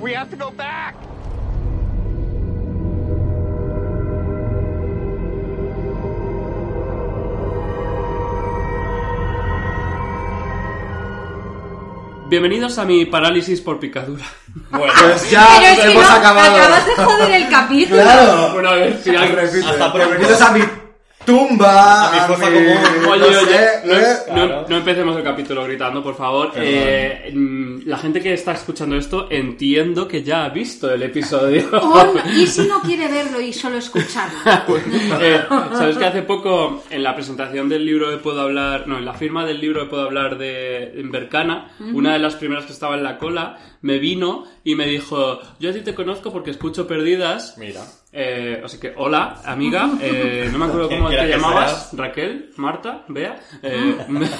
We have to go back! Bienvenidos a mi parálisis por picadura. Bueno, Pues ya Pero es que hemos no, acabado. acabas de joder el capítulo. Claro. pues Bueno, a ver si hay- Repite. Hasta pronto. Bienvenidos a mi tumba. A mi fosa común. Oye, no oye, sé, no, eh. no- claro. no empecemos el capítulo gritando, por favor. Perdón. Eh, mm, la gente que está escuchando esto entiendo que ya ha visto el episodio. O no- y si no quiere verlo y solo escucharlo. Eh, Sabes que hace poco en la presentación del libro de Puedo Hablar, no, en la firma del libro de Puedo Hablar de en Bercana, una de las primeras que estaba en la cola me vino y me dijo: Yo a ti te conozco porque escucho perdidas. Mira. Eh, así que, hola, amiga. Eh, no me acuerdo ¿Quién cómo te quiera que llamabas. Raquel, Marta, Bea. Eh,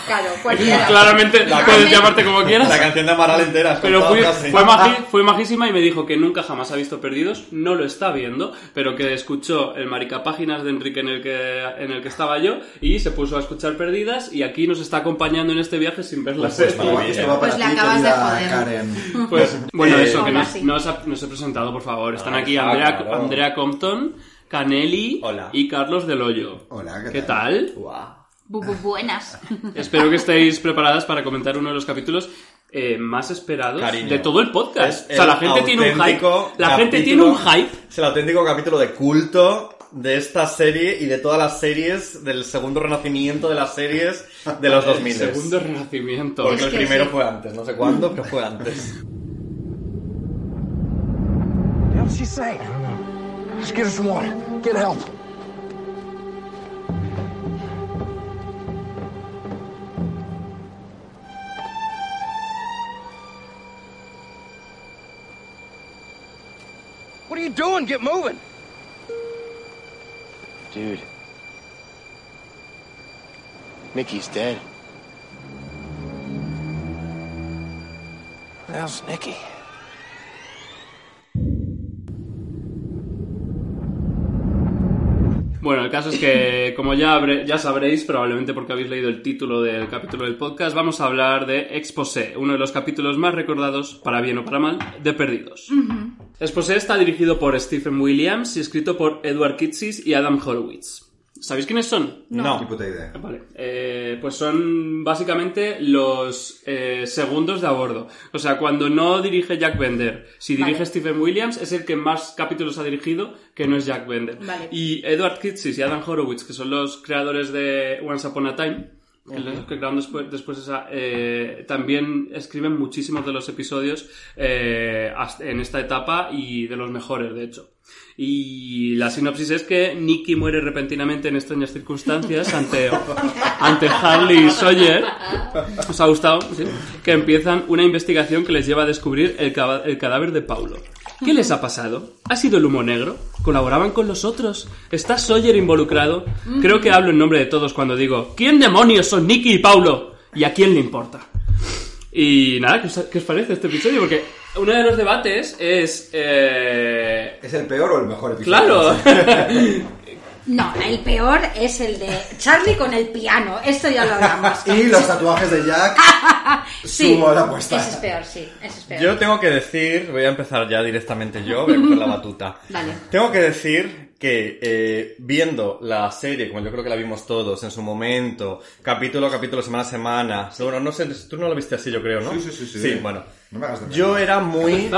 Claro, cualquiera. Claramente La puedes Carmen. llamarte como quieras. La canción de Amaral entera. es Pero contada fui- casi. Ah, fue, magi- fue majísima y me dijo que nunca jamás ha visto Perdidos, no lo está viendo, pero que escuchó el maricapáginas de Enrique en el, que, en el que estaba yo y se puso a escuchar Perdidas y aquí nos está acompañando en este viaje sin ver la Pues serie. maravilla. Esto va para Pues la ti, acabas de querida joder. Karen. Pues, bueno, Eh, eso, que Hola, nos, sí. no os ha- nos he presentado, por favor. Están Ah, aquí ah, Andrea, claro. Andrea Compton, Canelli Hola. y Carlos Del Hoyo. Hola, ¿qué ¿Qué tal? tal? Guau. Bu- bu- buenas. Espero que estéis preparadas para comentar uno de los capítulos eh, más esperados Cariño. de todo el podcast. Es o sea, el la gente tiene un hype. auténtico La gente capítulo- tiene un hype. Es el auténtico capítulo de culto de esta serie y de todas las series del segundo renacimiento de las series de los 2000. El segundo renacimiento. Porque Es el que primero sí. fue antes, no sé cuándo, pero fue antes. What did she say? Just get her some water. Get help. What are you doing? Get moving. Dude. Mickey's dead. How's Nikki? Bueno, el caso es que, como ya, habré- ya sabréis, probablemente porque habéis leído el título del capítulo del podcast, vamos a hablar de Exposé, uno de los capítulos más recordados, para bien o para mal, de Perdidos. Exposé está dirigido por Stephen Williams y escrito por Edward Kitsis y Adam Horowitz. ¿Sabéis quiénes son? Ni puta idea. Vale, eh, pues son básicamente los eh, segundos de a bordo. O sea, cuando no dirige Jack Bender, si dirige Vale. Stephen Williams, es el que más capítulos ha dirigido, que no es Jack Bender. Vale. Y Edward Kitsis y Adam Horowitz, que son los creadores de Once Upon a Time, que los que crearon después, después esa, eh, también escriben muchísimos de los episodios eh, hasta- en esta etapa y de los mejores, de hecho. Y la sinopsis es que Nicky muere repentinamente en extrañas circunstancias ante, ante Harley y Sawyer. ¿Os ha gustado? Sí. Que empiezan una investigación que les lleva a descubrir el, cava- el cadáver de Paulo. ¿Qué les ha pasado? ¿Ha sido el humo negro? ¿Colaboraban con los otros? ¿Está Sawyer involucrado? Creo que hablo en nombre de todos cuando digo ¿Quién demonios son Nicky y Paulo? ¿Y a quién le importa? Y nada, ¿qué os, qué os parece este episodio? Porque uno de los debates es... eh, ¿Es el peor o el mejor episodio? Claro. No, el peor es el de Charlie con el piano. Esto ya lo hablamos. Y los tatuajes de Jack. Sí, Subo la apuesta. ese es peor, sí. Ese es peor. Yo tengo que decir, voy a empezar ya directamente yo, voy a coger la batuta. Dale. Tengo que decir que eh, viendo la serie, como yo creo que la vimos todos en su momento, capítulo a capítulo, semana a semana, bueno, no sé, tú no lo viste así, yo creo, ¿no? Sí, sí, sí, sí. Sí, bueno. No me hagas de Yo menos. era muy...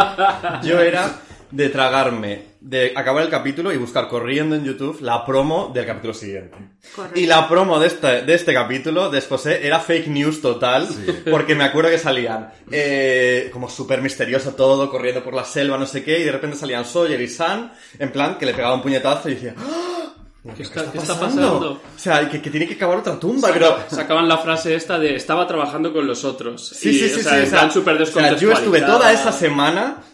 Yo era de tragarme, de acabar el capítulo y buscar corriendo en YouTube la promo del capítulo siguiente. Correcto. Y la promo de este, de este capítulo, de Exposé, era fake news total, porque me acuerdo que salían eh, como súper misterioso todo, corriendo por la selva, no sé qué, y de repente salían Sawyer y Sam, en plan, que le pegaba un puñetazo y decía... "¡Ah! ¿Qué está- qué está pasando? O sea, que, que tiene que acabar otra tumba, pero... Saca- Sacaban la frase esta de estaba trabajando con los otros. Sí, Y, sí, sí, o sea, sí, o sea, están súper o sea, yo descontextualizadas. estuve toda esa semana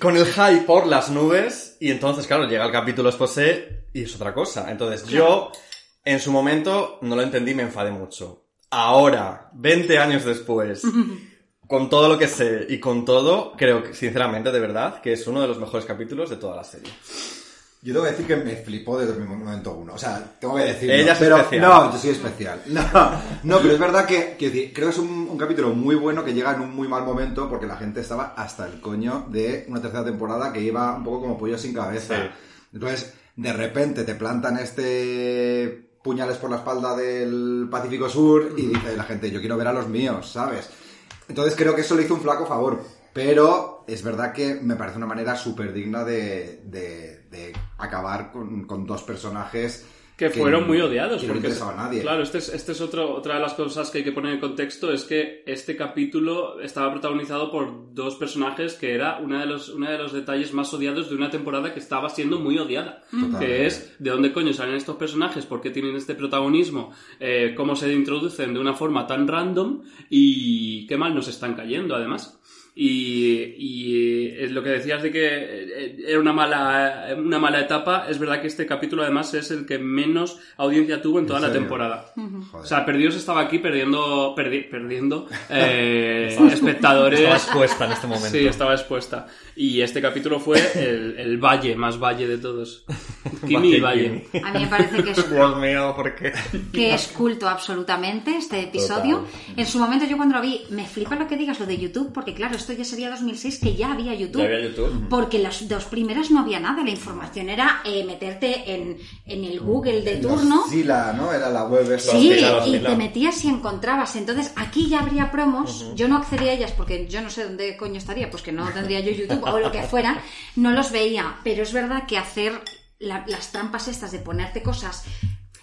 con el hype por las nubes y entonces, claro, llega el capítulo Exposé y es otra cosa. Entonces, yo en su momento no lo entendí y me enfadé mucho. Ahora, 20 años después, con todo lo que sé y con todo, creo que, sinceramente, de verdad, que es uno de los mejores capítulos de toda la serie. Yo tengo que decir que me flipó desde el momento uno. O sea, tengo que decir. Ella es pero, especial. No, yo soy especial. No, no, pero es verdad que, quiero decir, creo que es un, un capítulo muy bueno que llega en un muy mal momento porque la gente estaba hasta el coño de una tercera temporada que iba un poco como pollo sin cabeza. Sí. Entonces, de repente te plantan este puñales por la espalda del Pacífico Sur y dice la gente, yo quiero ver a los míos, ¿sabes? Entonces creo que eso le hizo un flaco favor. Pero es verdad que me parece una manera súper digna de, de- de acabar con, con dos personajes que fueron muy odiados. Que no porque interesaba a nadie. Claro, este es, este es otro, otra de las cosas que hay que poner en contexto, es que este capítulo estaba protagonizado por dos personajes que era uno de los, uno de los detalles más odiados de una temporada que estaba siendo muy odiada. Que Totalmente. es de dónde coño salen estos personajes, por qué tienen este protagonismo, eh, cómo se introducen de una forma tan random y qué mal nos están cayendo además. Y, y, eh, lo que decías de que eh, era una mala, eh, una mala etapa, es verdad que este capítulo además es el que menos audiencia tuvo en toda la serio? temporada. Joder. O sea, Perdidos estaba aquí perdiendo, perdi- perdiendo eh, espectadores. Estaba expuesta en este momento. Sí, estaba expuesta. Y este capítulo fue el, el valle, más valle de todos. Kimi y valle. A mí me parece que es Dios mío, ¿por qué? que es culto absolutamente este episodio. En su momento yo cuando lo vi, me flipa lo que digas lo de YouTube, porque claro, esto ya sería 2006 que ya había YouTube. Ya había YouTube. Porque las dos primeras no había nada, la información era eh, meterte en, en el Google de turno. Sí, la, ¿no? Era la web esta. Sí, Los pilados, y te pilados. metías y encontrabas. Entonces, aquí ya habría promos. Yo no accedía a ellas porque yo no sé dónde coño estaría, pues que no tendría yo YouTube o lo que fuera. No los veía. Pero es verdad que hacer la- las trampas estas de ponerte cosas.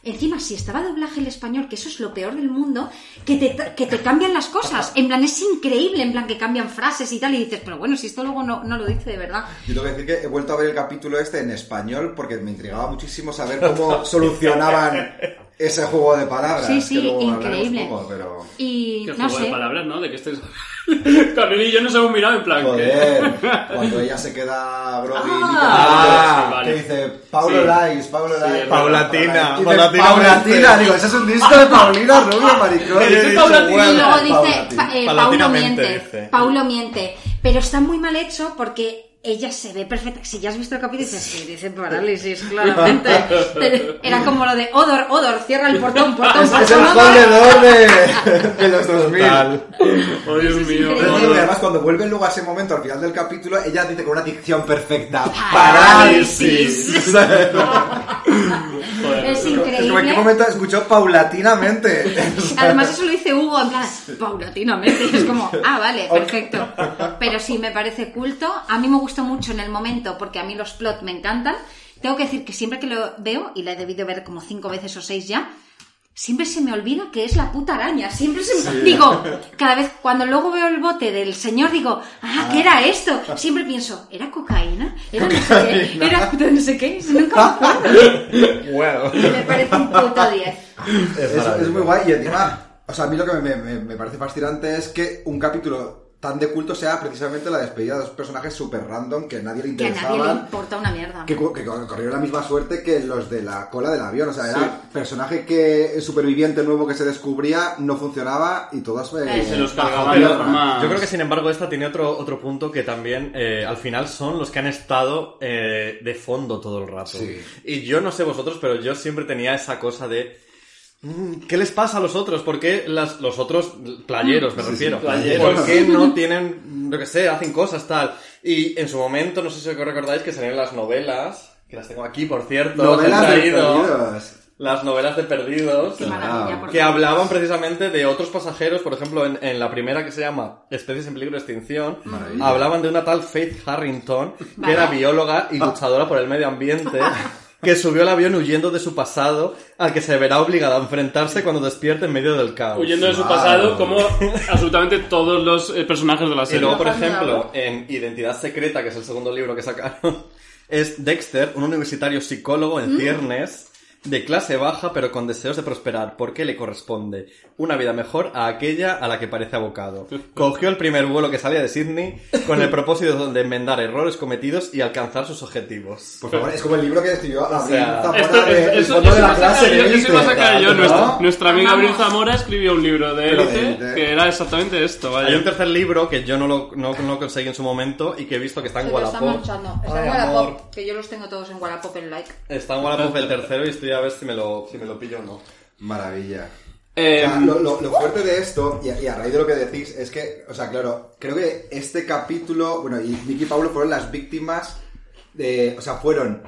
Encima, si estaba doblaje el español, que eso es lo peor del mundo, que te, tra- que te cambian las cosas. En plan, es increíble, en plan, que cambian frases y tal. Y dices, pero bueno, si esto luego no, no lo dice de verdad. Yo tengo que decir que he vuelto a ver el capítulo este en español porque me intrigaba muchísimo saber cómo solucionaban ese juego de palabras. Sí, sí, que luego hablaremos increíble. poco, pero... Y Qué no juego de sé. palabras, ¿no? De que estés... Con él y yo nos hemos mirado en plan... que Joder, cuando ella se queda Brody Ah, y vale. que dice Paulo Sí. Lais, Paulo Sí, Lais. es Paulatina, Dice, Paulatina Paulatina, Braspe. digo, ese es un disco de Paulina Rubio, maricón. Pero dice Paulatina. Y luego Paulatina. dice, pa- eh, Paulo Paulatinamente, miente, dice. Paulo miente, pero está muy mal hecho porque ella se ve perfecta. Si ya has visto el capítulo, dices, sí, dice parálisis, claramente. Pero Era como lo de Odor, Odor, cierra el portón, portón, Es el portón, Odor. jodedor de, de los 2000. Tal. Oh, Dios mío. Y increíble. además, cuando vuelve luego a ese momento, al final del capítulo, ella dice con una dicción perfecta: Parálisis. Parálisis. Joder. Es Es como en qué increíble. momento escuchó paulatinamente. Además, eso lo dice Hugo, en plan, paulatinamente. y es como, ah, vale, perfecto. Pero sí, me parece culto. A mí me gustó mucho en el momento porque a mí los plot me encantan. Tengo que decir que siempre que lo veo, y la he debido ver como cinco veces o seis ya, siempre se me olvida que es la puta araña. Siempre se me... Digo, cada vez cuando luego veo el bote del señor, digo, ah, ¿qué era esto? Siempre pienso, ¿era cocaína? ¿Era no sé qué? ¿Era no sé qué? Nunca me acuerdo. Bueno. Me parece un puto 10. es, es muy guay y encima, o sea, a mí lo que me, me- me parece fascinante es que un capítulo tan de culto sea precisamente la despedida de dos personajes súper random que a nadie le Que a nadie le interesaban. importa una mierda. Que, cu- que co- corrieron la misma suerte que los de la cola del avión. O sea, era personaje que superviviente nuevo que se descubría, no funcionaba y todas Eh, Se los cargaban de Pero- forma... Ah, Yo creo Ah. que sin embargo esta tiene otro, otro punto que también eh, al final son los que han estado eh, de fondo todo el rato. Sí. Y yo no sé vosotros, pero yo siempre tenía esa cosa de... mm, ¿Qué les pasa a los otros? ¿Por qué las, los otros playeros, me refiero? playeros. ¿Por qué no tienen, lo que sé, hacen cosas tal? Y en su momento, no sé si os recordáis que salieron las novelas, que las tengo aquí, por cierto. las he Novelas de traído. perdidos. Las novelas de perdidos. Qué maravilla, por pues, Que favor. hablaban precisamente de otros pasajeros, por ejemplo, en, en la primera que se llama Especies en peligro de extinción, Maravilla. hablaban de una tal Faith Harrington, que Vale. era bióloga y luchadora por el medio ambiente, que subió al avión huyendo de su pasado, al que se verá obligada a enfrentarse cuando despierte en medio del caos. Huyendo de su pasado, como absolutamente todos los eh, personajes de la Y serie. luego, por ejemplo, en Identidad Secreta, que es el segundo libro que sacaron, es Dexter, un universitario psicólogo en ciernes, de clase baja pero con deseos de prosperar, porque le corresponde una vida mejor a aquella a la que parece abocado. Cogió el primer vuelo que salía de Sydney con el propósito de enmendar errores cometidos y alcanzar sus objetivos. Por favor, es como el libro que escribió Abril sea, Zamora Esto, de eso- El eso- fondo eso de iba la a sacar clase de yo, eso iba a Élite, sacar yo. ¿no? Nuestra, nuestra amiga Vamos. Abril Zamora escribió un libro de Pero élite de- de- que era exactamente esto, vaya. Hay un tercer libro que yo no lo no, no conseguí en su momento y que he visto que está en Se lo está Wallapop. manchando. Está Ay, en amor. Wallapop, que yo los tengo todos en Wallapop en like. Está en Wallapop el tercero y estoy a ver si me lo, si me lo pillo o no. Maravilla. O Eh, Em, sea, lo, lo- lo fuerte de esto, y a, y a raíz de lo que decís, es que, o sea, claro, creo que este capítulo, bueno, y Nicky y Pablo fueron las víctimas de, o sea, fueron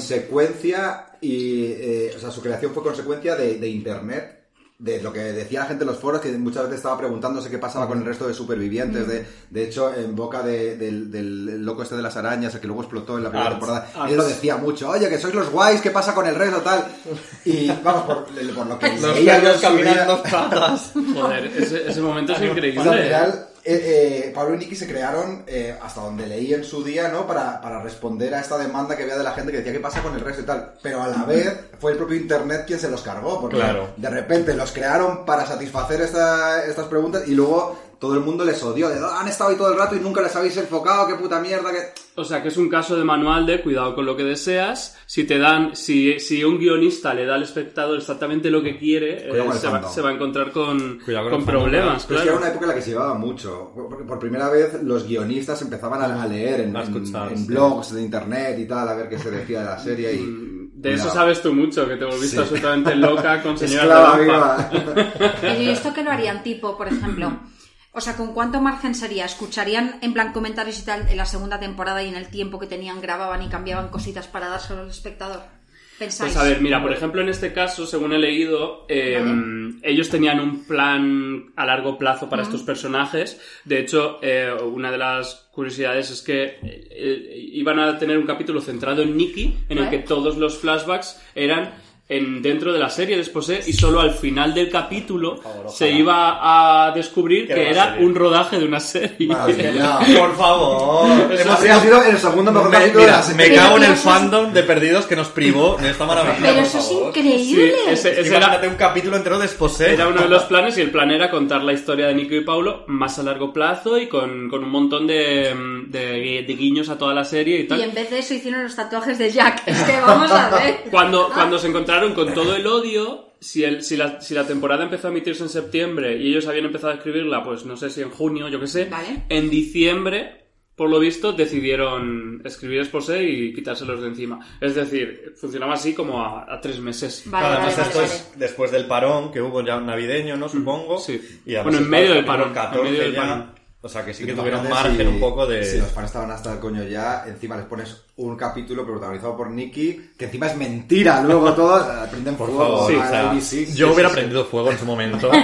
consecuencia y, eh, o sea, su creación fue consecuencia de, de Internet, de lo que decía la gente en los foros, que muchas veces estaba preguntándose qué pasaba con el resto de supervivientes, de, de hecho, en boca de- del, del loco este de las arañas, el que luego explotó en la primera Arts, temporada, Arts. él lo decía mucho, oye, que sois los guays, ¿qué pasa con el resto tal? Y vamos, por, por lo que Los ella perros lo subía- caminando patas. joder, ese, ese momento es o sea, al increíble. final, eh, eh, Pablo y Nicky se crearon, eh, hasta donde leí en su día, ¿no? Para, para responder a esta demanda que había de la gente que decía qué pasa con el resto y tal. Pero a la vez fue el propio Internet quien se los cargó, porque Claro. de repente los crearon para satisfacer esta- estas preguntas y luego todo el mundo les odió. De, "Ah, han estado ahí todo el rato y nunca les habéis enfocado, qué puta mierda, que... O sea, que es un caso de manual de cuidado con lo que deseas. Si te dan, si, si un guionista le da al espectador exactamente lo que quiere, Cuidado eh, con el se, va, fandom. se va a encontrar con, Cuidado con con el fandom, problemas, Pero es que era claro. una época en la que se llevaba mucho. Porque por primera vez los guionistas empezaban a, a leer en, A en- escuchar, en sí. blogs de internet y tal, a ver qué se decía de la serie. Mm. Y, De eso Mira, sabes tú mucho, que te volviste Sí. absolutamente loca con señora esclava de Lampa. viva. Pero ¿y esto que lo harían tipo, por ejemplo? O sea, ¿con cuánto margen sería? ¿Escucharían en plan comentarios y tal en la segunda temporada y en el tiempo que tenían grababan y cambiaban cositas para dárselo al espectador? ¿Pensáis? Pues a ver, mira, por ejemplo, en este caso, según he leído, eh, Vale. ellos tenían un plan a largo plazo para estos personajes. De hecho, eh, una de las curiosidades es que eh, eh, iban a tener un capítulo centrado en Nikki, en el Vale. que todos los flashbacks eran en, dentro de la serie de Esposé, y solo al final del capítulo favor, ojalá. se iba a descubrir Que que, era una era serie. un rodaje de una serie. Maravilla. Por favor. Eso habría sido el segundo mejor Me, capítulo de la mira, me serie. Pero cago en tío, el eso es- fandom de perdidos que nos privó de esta maravilla. Pero por eso es favor. increíble. Sí, ese- Es que ese era- imagínate un capítulo entero de Esposé. Era uno de los planes y el plan era contar la historia de Nico y Paulo más a largo plazo y con, con un montón de, mm, de- de guiños a toda la serie y tal. Y en vez de eso hicieron los tatuajes de Jack. Es que vamos a ver. Cuando, cuando se encontraron con todo el odio, si, el, si, la, si la temporada empezó a emitirse en septiembre y ellos habían empezado a escribirla, pues no sé si en junio, yo qué sé, Vale. en diciembre, por lo visto, decidieron escribir Exposé y quitárselos de encima. Es decir, funcionaba así como a, a tres meses. Vale, Claro, vale, además, vale, esto vale. es después del parón que hubo ya un navideño, ¿no? Supongo. Sí. Y además Bueno, en está medio del el parón, capítulo en medio del 14 ya. parón. O sea, que sí que Imagínate tuvieron margen si- un poco de. Si los fans estaban hasta el coño ya, encima les pones un capítulo protagonizado por Nicky, que encima es mentira. Luego todos eh, prenden Por fuego favor, a sí, la o sea, BBC. yo Sí, hubiera sí, sí. prendido fuego en su momento, Yo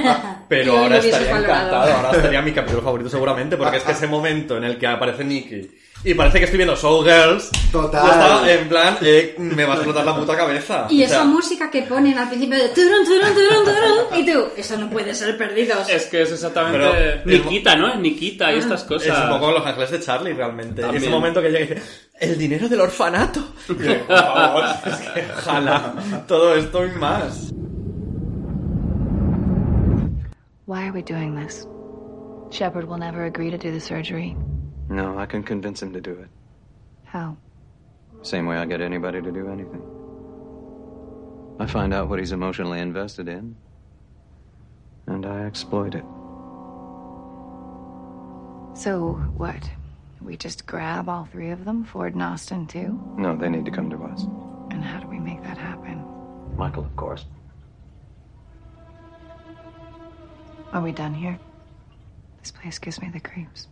pero lo ahora hubiese estaría valorado. encantado, ahora estaría mi capítulo favorito seguramente, porque es que ese momento en el que aparece Nicky y parece que estoy viendo Showgirls, Total. yo estaba en plan, eh, me va a explotar la puta cabeza. Y O sea, esa música que ponen al principio de turun, turun, turun, turun, y tú, eso no puede ser perdidos. Es que es exactamente... Pero- Nikita, ¿no? Es Nikita Ah. y estas es cosas. un poco Los Ángeles de Charlie realmente. También. Ese momento que llega y dice, el dinero del orfanato. Y yo, por favor, es que jala todo esto y más. Why are we doing this? Shepard will never agree to do the surgery. No, I can convince him to do it. How? Same way I get anybody to do anything. I find out what he's emotionally invested in, and I exploit it. So, what? We just grab all three of them, Ford and Austin too? No, they need to come to us. And how do we make that happen? Michael, of course. Are we done here? This place gives me the creeps.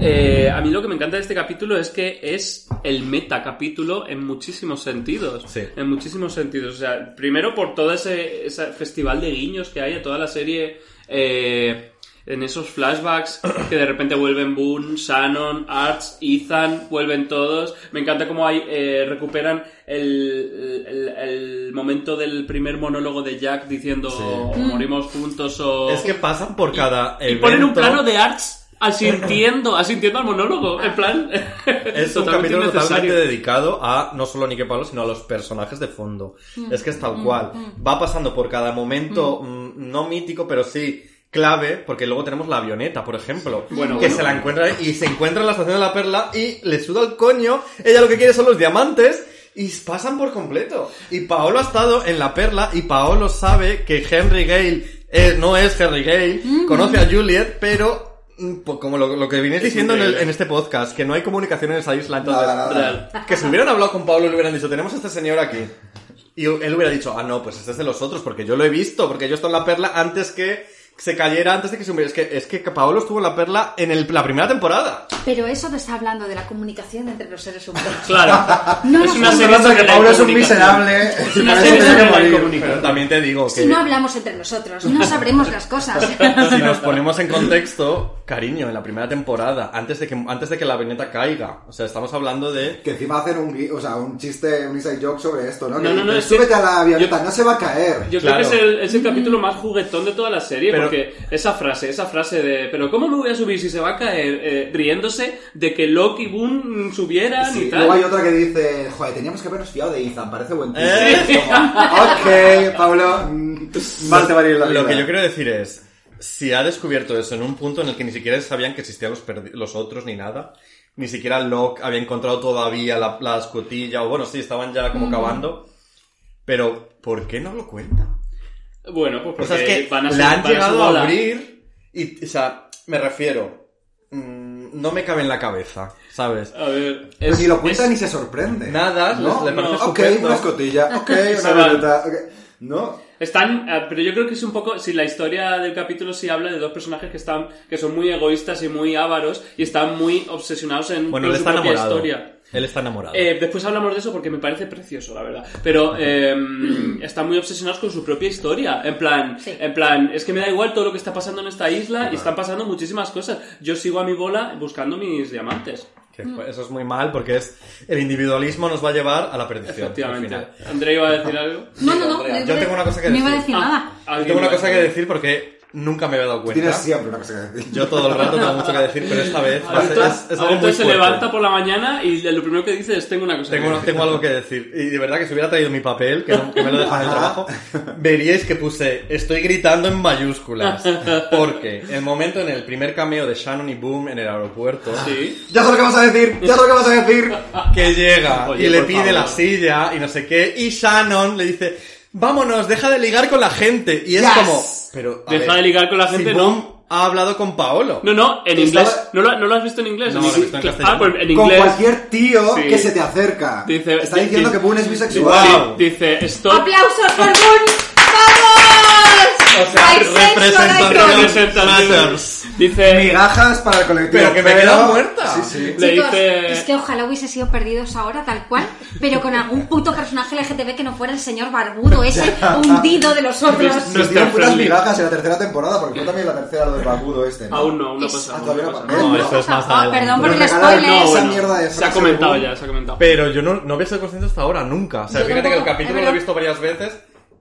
Eh, a mí lo que me encanta de este capítulo es que es el metacapítulo en muchísimos sentidos. Sí. En muchísimos sentidos. O sea, primero por todo ese, ese festival de guiños que hay a toda la serie. eh, en esos flashbacks que de repente vuelven Boone, Shannon, Arts, Ethan, vuelven todos. Me encanta cómo hay, eh, recuperan el, el- el momento del primer monólogo de Jack diciendo Sí. "O morimos juntos o... Es que pasan por cada Oh. Y evento. ponen un plano de Arts asintiendo, asintiendo al monólogo. En plan, Es un totalmente capítulo innecesario. totalmente dedicado a no solo a Nicky Pablo, sino a los personajes de fondo. Mm. Es que es tal cual. Va pasando por cada momento, mm, no mítico, pero sí clave, porque luego tenemos la avioneta, por ejemplo, Bueno, que bueno. se la encuentra y se encuentra en la estación de la perla y le suda el coño, ella lo que quiere son los diamantes y pasan por completo. Y Paolo ha estado en la perla y Paolo sabe que Henry Gale eh, no es Henry Gale, Mm. conoce a Juliet, pero mm, po- como lo, lo que vienes diciendo en, el- increíble. en este podcast, que no hay comunicación en esa isla, entonces Nada, nada. real. que si hubieran hablado con Pablo y le hubieran dicho, tenemos a este señor aquí. Y él hubiera dicho, ah, no, pues este es de los otros, porque yo lo he visto, porque yo estoy en la perla antes que se cayera, antes de que se hubiera... Es que, es que Paolo estuvo en la perla en el- la primera temporada. Pero eso te está hablando de la comunicación entre los seres humanos. Claro. No es nos una estamos serie hablando sobre que la Pablo es un incomunicación. miserable. Es una Parece serie que sobre va a la morir. Pero incomunicación. también te digo que... Si no hablamos entre nosotros, no sabremos las cosas. si nos ponemos en contexto, cariño, en la primera temporada, antes de que, antes de que la veneta caiga, o sea, estamos hablando de... Que encima hacen un, gui- o sea, un chiste, un inside joke sobre esto, ¿no? No, Que no, no, dicen, es que- Súbete a la avioneta, yo- no se va a caer. Yo Claro. creo que es el, es el capítulo más juguetón de toda la serie, Pero- porque esa frase, esa frase de, pero ¿cómo me voy a subir si se va a caer? eh, riéndose de que Loki y Boone mm, subieran y Sí, luego hay tal. otra que dice, joder, teníamos que habernos fiado de Ethan, parece buen tío. Eh. Es como, ok, Pablo, mm, mal te va a ir la vida. Lo que yo quiero decir es, si ha descubierto eso en un punto en el que ni siquiera sabían que existían los, perdi- los otros ni nada, ni siquiera Locke había encontrado todavía la, la escotilla, o bueno, sí, estaban ya Mm. como cavando, pero ¿por qué no lo cuenta? Bueno, pues O porque sea, es que van a su- la han van a su llegado a bola. abrir y, o sea, me refiero, mm, no me cabe en la cabeza, ¿sabes? A ver, Pero es- ni Pues lo cuenta es- ni se sorprende. Nada, les- les parece no, ok, estupendo. una escotilla, ok, una Se van. avioneta, ok. No, Están, eh, pero yo creo que es un poco, si la historia del capítulo sí habla de dos personajes que están, que son muy egoístas y muy ávaros y están muy obsesionados en Bueno, con él su está propia enamorado. historia. Él está enamorado. Eh, después hablamos de eso porque me parece precioso, la verdad. Pero eh, están muy obsesionados con su propia historia. En plan, Sí. en plan, es que me da igual todo lo que está pasando en esta isla y están pasando muchísimas cosas. Yo sigo a mi bola buscando mis diamantes. Que fue- eso es muy mal porque es el individualismo nos va a llevar a la perdición. al Efectivamente. final. André iba a decir algo. Ah, No, no, no. yo tengo una cosa que no decir. iba a decir nada. Yo Alguien tengo una iba a cosa que decir porque nunca me había dado cuenta. tienes siempre una cosa que decir. Yo todo el rato tengo mucho que decir, pero esta vez va a ser- Alberto, es, es algo Alberto muy se fuerte. levanta por la mañana y lo primero que dice es tengo una cosa que Tengo, decir". tengo algo que decir. Y de verdad que si hubiera traído mi papel, que, no- que me lo dejan en el trabajo, veríais que puse estoy gritando en mayúsculas. Porque el momento en el primer cameo de Shannon y Boom en el aeropuerto, Ah. Sí. Ya sé lo que vas a decir, ya sé lo que vas a decir. que llega Oye, y le por pide favor. la silla y no sé qué, y Shannon le dice, vámonos, deja de ligar con la gente. Y es Yes. como, pero... a Deja ver, de ligar con la gente, si no. Boom ha hablado con Paolo. No, no, en Estaba- inglés. ¿No lo, no lo has visto en inglés? No, lo he Sí, visto en claro. castellano. Ah, pues en Con inglés. cualquier tío Sí. que se te acerca. Dice- Está diciendo dice- que Boone es dice- bisexual. Wow. Dice, stop. ¡Aplausos por Boone! ¡Vamos! O sea, No hay sexo, no hay representación. código. Matters. Dice, Migajas para el colectivo. Pero que me he quedado muerta. Sí, sí. le Chicos, dice- es que ojalá hubiese sido perdidos ahora tal cual, pero con algún puto personaje LGTB que no fuera el señor barbudo ese hundido de los otros. No Nos dieron está putas friendly. migajas en la tercera temporada, porque fue también la tercera lo del barbudo este. ¿no? aún no, una Es- cosa. Ah, una todavía no cosa. pasa. Ah, No, eso es más ah, adelante. perdón por Pero el regalaron- spoiler. no, bueno, Esa mierda de se ha frase comentado de Boom. ya, se ha comentado. Pero yo no, no había sido consciente hasta ahora, nunca. O sea, Yo fíjate que el tampoco, capítulo es lo he verdad. visto varias veces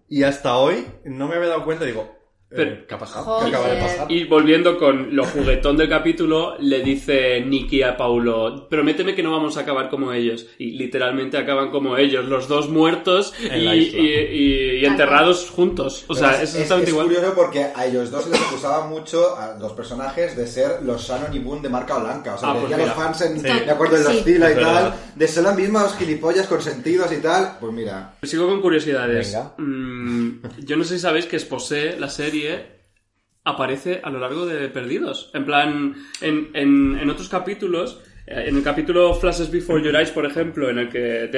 y hasta hoy no me había dado cuenta. Digo, eh, Pero- ¿qué ha pasado? Joder. ¿Qué acaba de pasar? Y volviendo con lo juguetón del capítulo, le dice Nicky a Paulo, prométeme que no vamos a acabar como ellos. Y literalmente acaban como ellos, los dos muertos y, En la isla. y- y- y enterrados juntos. O sea, Pero es exactamente es igual. curioso porque a ellos dos se les acusaba mucho a los personajes de ser los Shannon y Boone de marca blanca. O sea, Ah, que pues ya mira. los fans, en, Sí. de acuerdo, en Sí. la fila y Es verdad. tal, de ser las mismas gilipollas consentidos y tal. Pues mira, Sigo con curiosidades. Venga. Mm, yo no sé si sabéis que Esposé, la serie, aparece a lo largo de Perdidos. En plan, en, en- en otros capítulos, eh, en el capítulo Flashes Before Your Eyes, por ejemplo, en el que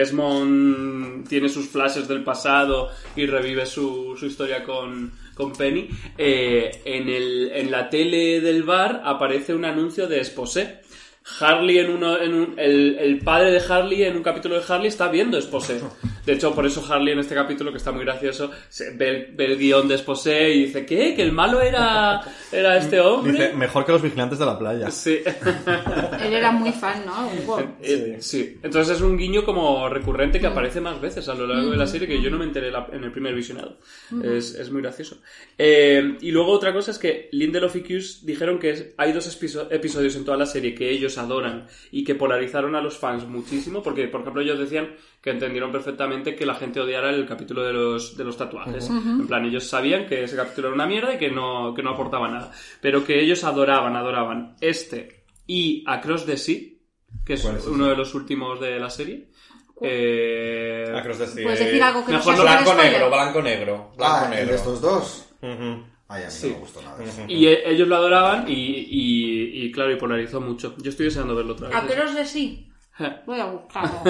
Desmond tiene sus flashes del pasado y revive su, su historia con, con Penny, eh, en, el, en la tele del bar aparece un anuncio de Esposé. Harley en uno en un- el, el padre de Harley en un capítulo de Harley está viendo Esposé. De hecho, por eso Harley en este capítulo, que está muy gracioso, se ve, el- ve el guión de Esposé y dice, ¿qué? ¿Que el malo era, era este hombre? Dice, mejor que los vigilantes de la playa. Sí. Él era muy fan, ¿no? Hugo. Eh, sí. Entonces es un guiño como recurrente que aparece más veces a lo largo de la serie que yo no me enteré la- en el primer visionado. es, es muy gracioso. Eh, y luego otra cosa es que Lindelof y Cuse dijeron que es- hay dos episo- episodios en toda la serie que ellos adoran y que polarizaron a los fans muchísimo porque, por ejemplo, ellos decían que entendieron perfectamente que la gente odiara el capítulo de los, de los tatuajes. En plan, ellos sabían que ese capítulo era una mierda y que no, que no aportaba nada. Pero que ellos adoraban, adoraban este y Across the Sea que es, ¿Cuál es Ah, ese? uno de los últimos de la serie. Eh, Across the Sea. Puedes Pues decir algo que no Mejor sea Blanco spoiler. negro, blanco negro, blanco Ah, el negro. de estos dos. Ujú. Ay, a mí Sí. no me gustó nada. eso. y e- ellos lo adoraban y, y- y, claro, y polarizó mucho. Yo estoy deseando verlo otra vez. A Cross de sí. Voy a buscarlo.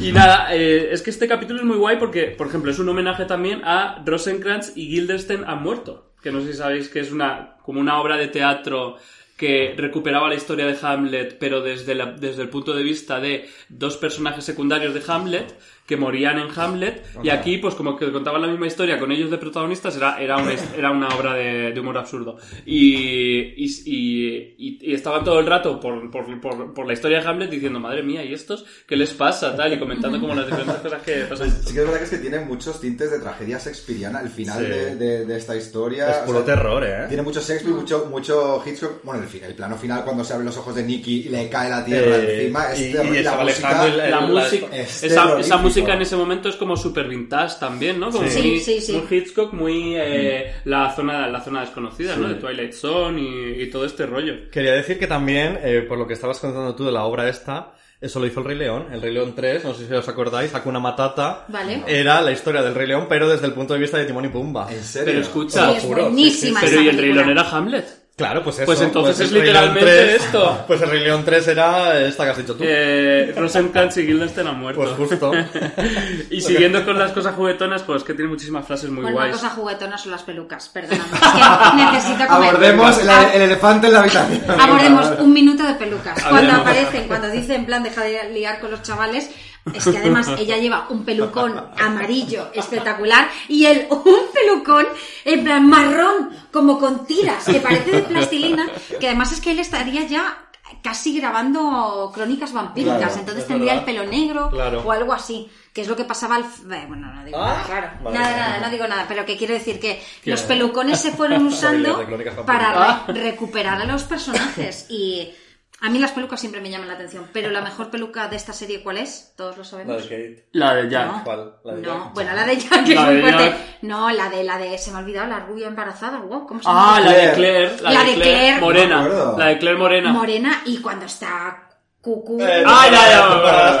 Y nada, eh, es que este capítulo es muy guay porque, por ejemplo, es un homenaje también a Rosencrantz y Guildenstern han muerto. Que no sé si sabéis que es una, como una obra de teatro que recuperaba la historia de Hamlet, pero desde, la- desde el punto de vista de dos personajes secundarios de Hamlet que morían en Hamlet. Y aquí, pues como que contaban la misma historia con ellos de protagonistas, era, era, una, his- era una obra de, de humor absurdo. Y, y, y- y- y estaban todo el rato por, por, por, por la historia de Hamlet diciendo, madre mía, ¿y estos qué les pasa? Tal, y comentando como las diferentes cosas que pasan. Sí que es verdad que es que tiene muchos tintes de tragedia shakespeariana el final Sí. de, de- de esta historia. Es o puro sea, terror, eh. Tiene mucho Shakespeare, Mm. mucho, mucho Hitchcock. Bueno, el, fin- el plano final cuando se abren los ojos de Nicky y le cae la tierra Eh, encima. Es y- y terrible. estaba la música, alejando el- la la- música es esa, esa terrorífico. música en ese momento es como super vintage también no como Sí. muy, Sí, sí, sí. muy Hitchcock muy eh, la zona la zona desconocida no de Twilight Zone y, y todo este rollo Quería decir que también, eh, por lo que estabas contando tú de la obra esta, eso lo hizo el Rey León. El Rey León 3, no sé si os acordáis, Hakuna Matata. Vale. Era la historia del Rey León, pero desde el punto de vista de Timón y Pumba. ¿En serio? pero escucha es juro, sí, buenísima pero esa y el Rey película. León era Hamlet Claro, pues eso. Pues entonces es el Rey León literalmente 3, esto. Pues el Rey León 3 era esta que has dicho tú. eh, Rosencrantz y Guildenstern han muerto Pues justo. y siguiendo con las cosas juguetonas pues que tiene muchísimas frases muy Bueno, una guays cosa juguetona son las pelucas, perdóname. Es que necesito comer. Abordemos el, Ah, el elefante en la habitación. Abordemos un minuto de pelucas. Cuando Hablemos. aparecen, cuando dicen, en plan, deja de liar con los chavales, es que además ella lleva un pelucón amarillo espectacular y él un pelucón en plan marrón, como con tiras, que parece de plastilina, que además es que él estaría ya casi grabando crónicas vampíricas, Claro, entonces es tendría verdad. el pelo negro Claro. o algo así, que es lo que pasaba al... eh, Bueno, no digo Ah, nada, claro. vale. nada, nada, no digo nada, pero que quiero decir que los Claro. pelucones se fueron usando Spoiler de Crónicas Vampíricas. para re- recuperar a los personajes. Y a mí las pelucas siempre me llaman la atención, pero la mejor peluca de esta serie, ¿cuál es? Todos lo La de sabemos. Kate. la de Jack No, ¿Cuál? ¿La de no. Jack? bueno, la de Jack que La es muy de fuerte. Jack. No, la de la de se me ha olvidado la rubia embarazada, wow, ¿cómo se ah llama? la de Claire. Claire la, de Claire, No me Morena acuerdo. la de Claire Morena morena y cuando está cucú. Eh, ¡Ah! Ah, ya, ya, temporadas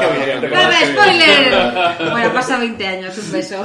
ya, que ya, ya. vienen, ¡Vale, temporadas que vienen. spoiler! Bueno, pasa 20 años, un beso.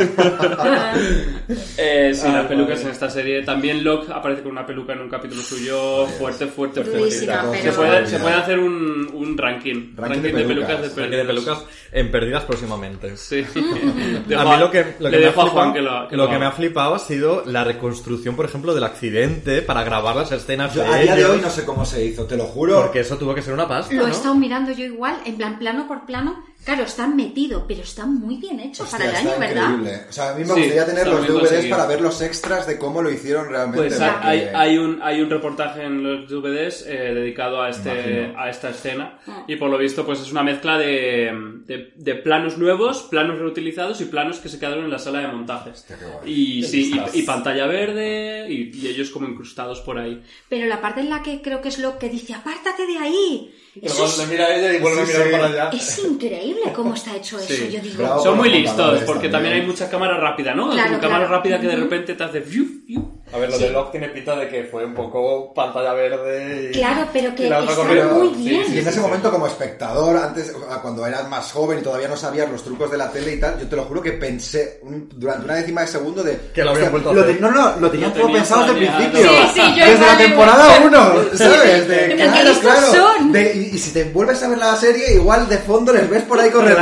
Eh, sí, Ah, las pelucas vale. en esta serie. También Locke aparece con una peluca en un capítulo suyo. Fuerte, fuerte, fuerte. Durísima, Se pero... puede, se puede hacer un, un ranking. Ranking Ranking, de de pelucas. pelucas de Ranking de pelucas en perdidas próximamente. Sí. a Dejo mí lo que, le lo que me, ha dejo a Juan flipado, que lo, que lo lo que me ha haga. flipado ha sido la reconstrucción, por ejemplo, del accidente para grabar las escenas Yo de a día de ellos, hoy no sé cómo se hizo, te lo juro. Porque eso tuvo que ser una pasta, Lo ¿no? he estado mirando yo igual, en plan plano por plano. Claro, está metido, pero está muy bien hecho Hostia, para el está año, ¿verdad? increíble. O sea, a mí me Sí, gustaría tener está los muy DVDs conseguido. para ver los extras de cómo lo hicieron realmente. Pues porque- hay, hay un, hay un reportaje en los DVDs eh, dedicado a, este, Imagino. a esta escena Ah. y por lo visto pues es una mezcla de, de, de planos nuevos, planos reutilizados y planos que se quedaron en la sala de montajes. Hostia, qué guay. Y, sí, listas. y, y pantalla verde y, y ellos como incrustados por ahí. Pero la parte en la que creo que es lo que dice, apártate de ahí. Eso Luego es, le mira a ella y vuelve Sí, a mirar sí. para allá. es increíble cómo está hecho eso. Sí. Yo digo, Bravo. Son muy los listos, contadores porque también. también hay mucha cámara rápida, ¿no? Claro, Como cámara claro. rápida que de repente te hace... viu, viu. A ver, lo de Locke tiene pinta de que fue un poco pantalla verde y... claro, pero que y la otra está corriendo. muy Sí, bien. Y en ese momento, como espectador, antes, cuando eras más joven y todavía no sabías los trucos de la tele y tal, yo te lo juro que pensé un- durante una décima de segundo de. Que lo habían vuelto a lo hacer. te- No, no, lo tenían Lo todo tenían pensado desde el planeado. principio. Sí, sí, yo Desde igual, la temporada igual. 1, ¿sabes? De, Pero qué listos son. de- y, y si te vuelves a ver la serie, igual de fondo les ves por ahí correteando.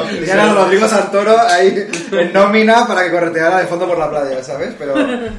Claro. Tenían a Rodrigo Santoro ahí en nómina para que correteara de fondo por la playa, ¿sabes? Pero,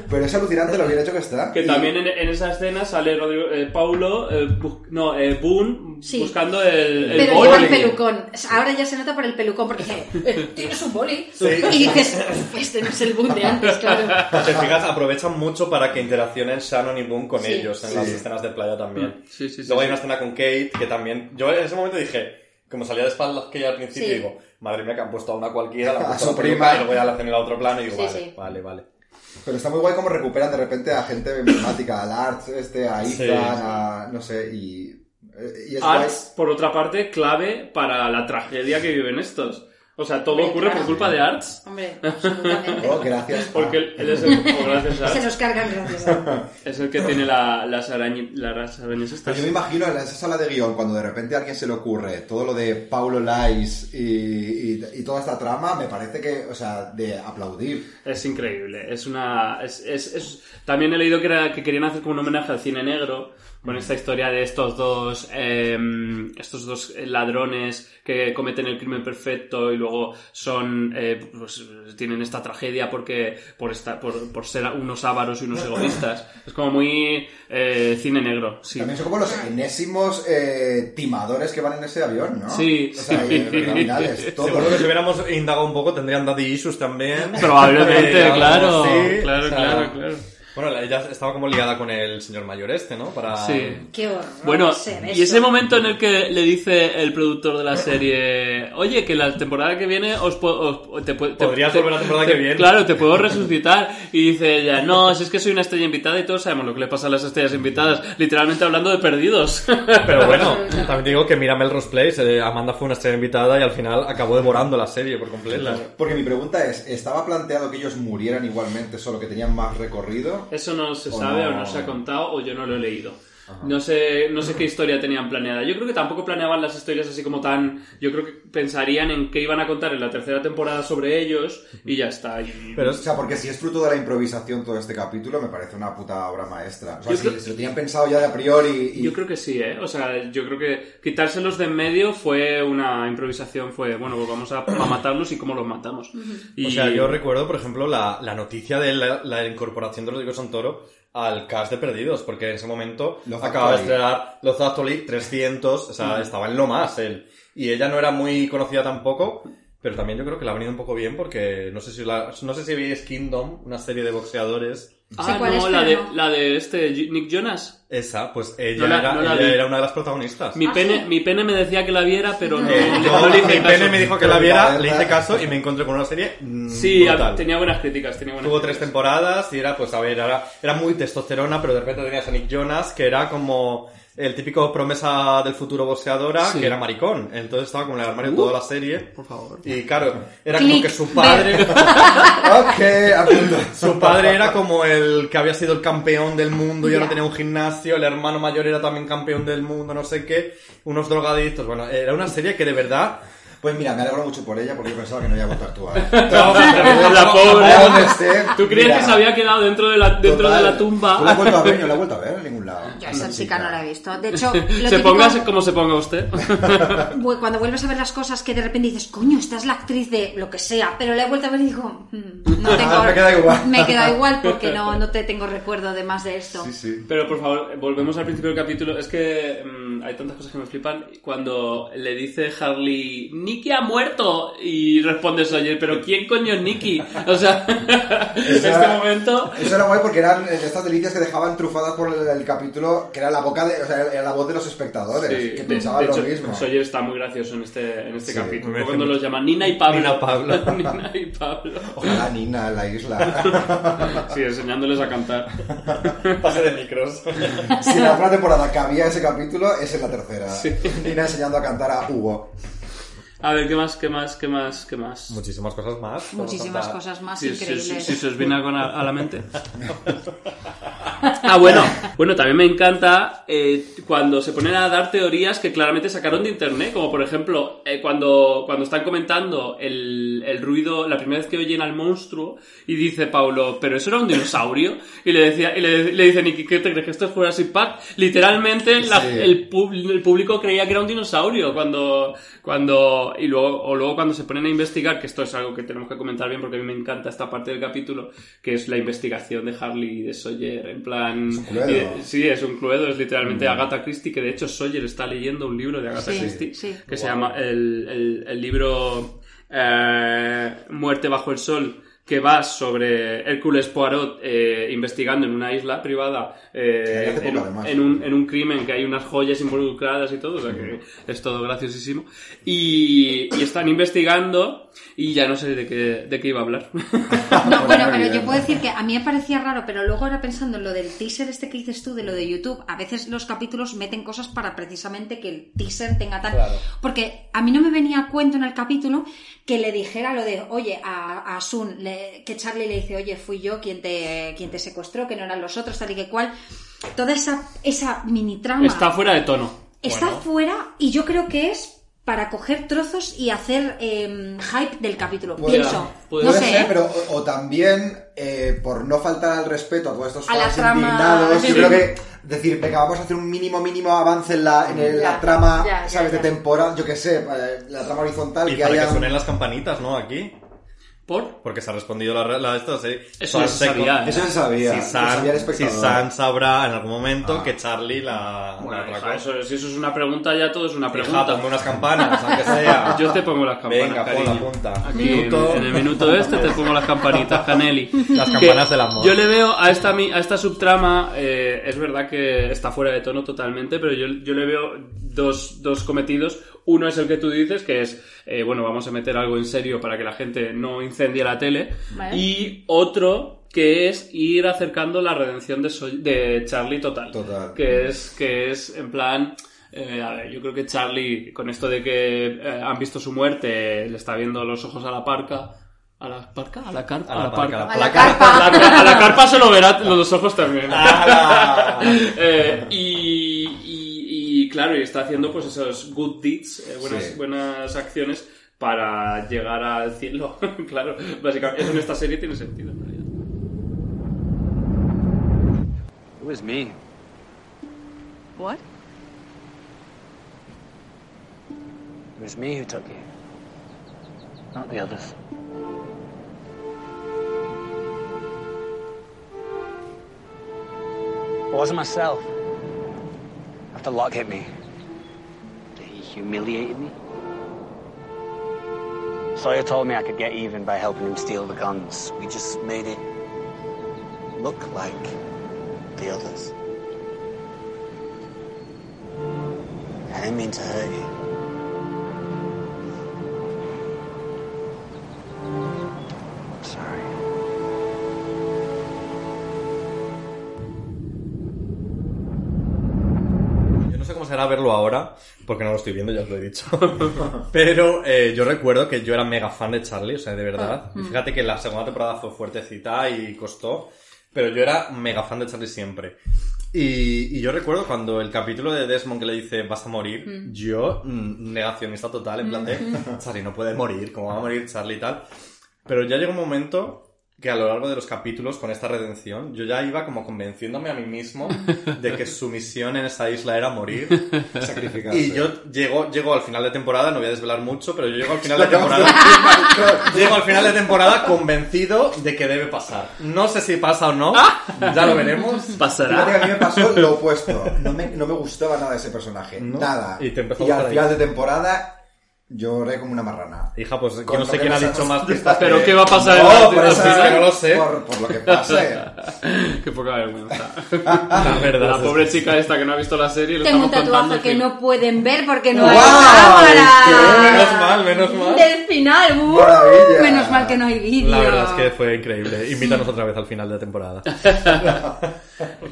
pero es alucinante lo bien hecho que está. Que Y- también en, en esa escena sale Rodrigo, eh, Paulo, eh, bu- no, eh, Boone, Sí. buscando el, el Pero boli. lleva el pelucón. Ahora ya se nota por el pelucón, porque dice, "Eh, tienes un boli. Y dices, "Uf, este no es el boom de antes, claro. Te Pues fijas, aprovechan mucho para que interaccionen Shannon y Boone con Sí. ellos en las escenas de playa también. Sí, sí, sí, Luego hay sí. una escena con Kate que también. Yo en ese momento dije, como salía de espaldas que al principio, Sí. digo, madre mía, que han puesto a una cualquiera, la han A puesto su la peluca prima. Y luego ya la hacen en el otro plano y digo, Sí, vale, sí. vale, vale. Pero está muy guay como recuperan de repente a gente emblemática, al Arts, este, a Ethan, Sí. a. no sé, y. y es guay. Arts, por otra parte, clave para la tragedia que viven estos. O sea, todo Hombre, ocurre claro. por culpa de Arts. Hombre, absolutamente. Oh, gracias. Porque él, él es el, oh, gracias Se Arts, los cargan gracias a... es el que tiene la- las, arañi- las arañas Pero estas. yo me imagino en esa sala de guión, cuando de repente a alguien se le ocurre todo lo de Paulo Lais y, y- y toda esta trama, me parece que, o sea, de aplaudir. Es increíble. Es una. Es, es- es- También he leído que, era, que querían hacer como un homenaje al cine negro con esta historia de estos dos eh, estos dos ladrones que cometen el crimen perfecto y luego son eh, pues, tienen esta tragedia porque por esta, por, por ser unos ávaros y unos egoístas es como muy eh, cine negro sí También son como los enésimos eh, timadores que van en ese avión, ¿no? Sí, O sea, sí. eh, criminales, todo. Seguro que si hubiéramos indagado un poco tendrían daddy issues también. probablemente Eh, algo claro así, claro o sea, claro claro Bueno, ella estaba como ligada con el señor mayor este, ¿no? Para... sí Qué horror Bueno, ser y eso. ese momento en el que le dice el productor de la serie, oye, que la temporada que viene os, po- os- te, pu- te- Podrías te- volver la temporada te- que viene. Claro, te puedo resucitar. Y dice ella, no, si es que soy una estrella invitada y todos sabemos lo que le pasa a las estrellas invitadas, literalmente hablando de perdidos. Pero bueno, también te digo que mira Melrose Place, eh, Amanda fue una estrella invitada y al final acabó devorando la serie por completo. Porque mi pregunta es, ¿estaba planteado que ellos murieran igualmente, solo que tenían más recorrido? Eso no se O sabe no. o no se ha contado o yo no lo he leído. No sé, no sé qué historia tenían planeada. Yo creo que tampoco planeaban las historias así como tan... Yo creo que pensarían en qué iban a contar en la tercera temporada sobre ellos y ya está. Y- Pero O es- sea, porque si es fruto de la improvisación todo este capítulo, me parece una puta obra maestra. O sea, Yo si, creo- si lo tenían pensado ya de a priori y... Yo creo que sí, ¿eh? O sea, yo creo que quitárselos de en medio fue una improvisación, fue, bueno, pues vamos a, a matarlos y cómo los matamos. Y, O sea, yo recuerdo, por ejemplo, la, la noticia de la, la incorporación de Rodrigo Santoro al cast de Perdidos, porque en ese momento Love acababa de Actually. estrenar Los Actually 300, o Mm. sea, estaba en lo más él. Y ella no era muy conocida tampoco, pero también yo creo que le ha venido un poco bien porque no sé si la, no sé si veis Kingdom, una serie de boxeadores. Sé Ah, cuál no, es, la, de, pero no. la de este J- Nick Jonas. Esa, pues ella, No la- era, no la ella vi. era una de las protagonistas. Mi, Ah, pene, sí. mi pene me decía que la viera, pero no, Eh, no yo, le hice mi caso. pene me dijo que la Pero la viera, verdad- le hice caso y me encontré con una serie mm, Sí, a- brutal. tenía buenas críticas, tenía buenas Tuvo tres críticas. temporadas y era, pues, a ver, era, era muy testosterona, pero de repente tenías a Nick Jonas, que era como el típico promesa del futuro boxeadora, Sí. que era maricón. Entonces estaba como en el armario toda la serie. Por favor. Y claro, era como Click. que su padre, Ok, apunto. su padre era como el que había sido el campeón del mundo y ahora tenía un gimnasio, el hermano mayor era también campeón del mundo, no sé qué, unos drogadictos. Bueno, era una serie que de verdad Pues mira, me alegro mucho por ella porque yo pensaba que no iba a votar actuar. La pobre. ¿Tú crees crees que se había quedado dentro de la, dentro de la ¿Tú la tumba? has vuelto a ver? Yo la he vuelto a ver en ningún lado. Yo a Una esa chica no la he visto. De hecho, lo Se típico- ponga como se ponga usted. Bueno, cuando vuelves a ver las cosas que de repente dices, coño, esta es la actriz de lo que sea, pero la he vuelto a ver y digo, "Mm, no tengo. Me queda igual. Me queda igual porque no, no te tengo recuerdo de más de esto. Sí, sí. Pero por favor, volvemos al principio del capítulo. Es que mm, hay tantas cosas que me flipan. Cuando le dice Harley, Nicky ha muerto. Y responde Sawyer, pero ¿quién coño es Nicky? O sea, en este era- momento. Eso era guay porque eran eh, estas delicias que dejaban trufadas por el, el capítulo, que era la boca de, o sea, era la voz de los espectadores, sí, que de- pensaban de lo hecho, mismo. Sawyer está muy gracioso en este, en este Sí, capítulo. me Cuando hace los llaman Nina y Pablo. Nina Pablo. Nina y Pablo. Ojalá Nina en la isla. Sí, enseñándoles a cantar. pase de micros. si la primera temporada que había ese capítulo, es en la tercera. Sí. Nina enseñando a cantar a Hugo. A ver, ¿qué más? ¿Qué más? ¿Qué más? ¿Qué más? Muchísimas cosas más. Muchísimas cosas más Sí, sí, increíbles. sí, sí, se os viene algo a, a la mente. Ah, bueno. Bueno, también me encanta eh, cuando se ponen a dar teorías que claramente sacaron de internet, como por ejemplo eh, cuando, cuando están comentando el, el ruido, la primera vez que oyen al monstruo y dice Paulo, pero eso era un dinosaurio y le decía y le, le dice Nicky, ¿qué te crees que esto es Jurassic Park? Literalmente la- Sí. el, pub- el público creía que era un dinosaurio cuando cuando luego, y luego, o luego cuando se ponen a investigar, que esto es algo que tenemos que comentar bien porque a mí me encanta esta parte del capítulo, que es la investigación de Harley y de Sawyer, en plan... un cluedo. Mm. y de- sí, es un cluedo, es literalmente Agatha Christie, que de hecho Sawyer está leyendo un libro de Agatha Sí, Christie, sí. que se llama el, el- el libro eh, Muerte bajo el sol, que va sobre Hércules Poirot eh, investigando en una isla privada eh, hace poco, en, un- además. en un, en un crimen que hay unas joyas involucradas y todo, o sea que es todo graciosísimo. Y, y están investigando y ya no sé de qué, de qué iba a hablar. No, bueno, muy pero bien. yo puedo decir que a mí me parecía raro, pero luego ahora pensando en lo del teaser este que dices tú, de lo de YouTube, a veces los capítulos meten cosas para precisamente que el teaser tenga tal... Porque a mí no me venía a cuento en el capítulo que le dijera lo de, oye, a, a Sun, le- que Charlie le dice, oye, fui yo quien te, quien te secuestró, que no eran los otros, tal y que cual. Toda esa, esa mini trama Está fuera de tono. está Bueno. fuera y yo creo que es para coger trozos y hacer em, hype del capítulo. Puede- Pienso. puede no Puede sé, ser, ¿eh? pero o, o también eh, por no faltar al respeto a todos estos A la fans trama, indignados, sí. yo creo que decir, venga, vamos a hacer un mínimo, mínimo avance en la, en el- la Ya, trama, ya, ya, ¿sabes? ya. De temporada, yo que sé, eh, la trama horizontal, Y que para haya... que suenen las campanitas, ¿no? Aquí. ¿Por? Porque se ha respondido la, la esto, sí. Eso no se Sarseco. sabía, ¿eh? Eso se sabía, Si lo sabía San, el si espectador. Ah. San sabrá en algún momento que Charlie la... Bueno, la otra hija, cosa. eso, si eso es una pregunta, ya todo es una Hija, pregunta. ponme unas campanas, aunque sea. Yo te pongo las campanas, Venga, pon cariño. la punta. Aquí, Minuto. En, en el minuto este te pongo las campanitas, Canelli. Las Que campanas del amor. Yo le veo a esta, mi- a esta subtrama, eh, es verdad que está fuera de tono totalmente, pero yo, yo le veo dos, dos cometidos. Uno es el que tú dices, que es, eh, bueno, vamos a meter algo en serio para que la gente no incendie la tele. Vale. Y otro que es ir acercando la redención de, Soy- de Charlie total. Total. Que que es que es en plan eh, a ver, yo creo que Charlie con esto de que eh, han visto su muerte le está viendo los ojos a la parca a la parca a la carpa A la parca, A a la la carpa. A la- a la carpa se lo verá los ojos también ¡Hala! Eh, y, y- y, claro y está haciendo pues esos good deeds eh, buenas Sí. buenas acciones para llegar al cielo claro básicamente eso en esta serie tiene sentido en realidad. It was me. What? It was me who took you. Not the others. It wasn't myself. After Locke hit me. He humiliated me. Sawyer told me I could get even by helping him steal the guns. We just made it look like the others. I didn't mean to hurt you. Sorry. Yo no sé cómo será verlo ahora, porque no lo estoy viendo, ya os lo he dicho. Pero eh, yo recuerdo que yo era mega fan de Charlie, o sea, de Ah, verdad. mm. Y fíjate que la segunda temporada fue fuertecita y costó, pero yo era mega fan de Charlie siempre. Y, y yo recuerdo cuando el capítulo de Desmond que le dice vas a morir, yo, mm, negacionista total, en plan de Charlie no puede morir, ¿cómo va a morir Charlie y tal? Pero ya llegó un momento que a lo largo de los capítulos, con esta redención, yo ya iba como convenciéndome a mí mismo de que su misión en esa isla era morir. sacrificarse. Y yo llego, llego al final de temporada, no voy a desvelar mucho, pero yo llego al final de Acabas de temporada... decir, Michael. Llego al final de temporada convencido de que debe pasar. No sé si pasa o no, ya lo veremos. pasará Fíjate que a mí me pasó lo opuesto. No me, no me gustaba nada ese personaje. No. Nada. Y te empezó a al gustar final de temporada lloré como una marrana. Hija, pues yo no Con sé lo quién ha nos dicho hemos- más pistas. Pero que- ¿qué va a pasar en la- No, por en la eso es final? que no lo sé. Por, por lo que pase. Qué poca vergüenza. La verdad. La pobre chica esta que no ha visto la serie lo Tengo un estamos tatuaje contando. que sí. no pueden ver porque no hay ¡Guau! cámara. Menos mal, menos mal. Del final, ¡uh! Maravilla. menos mal que no hay vídeo. La verdad es que fue increíble. Invítanos otra vez al final de temporada. Pues,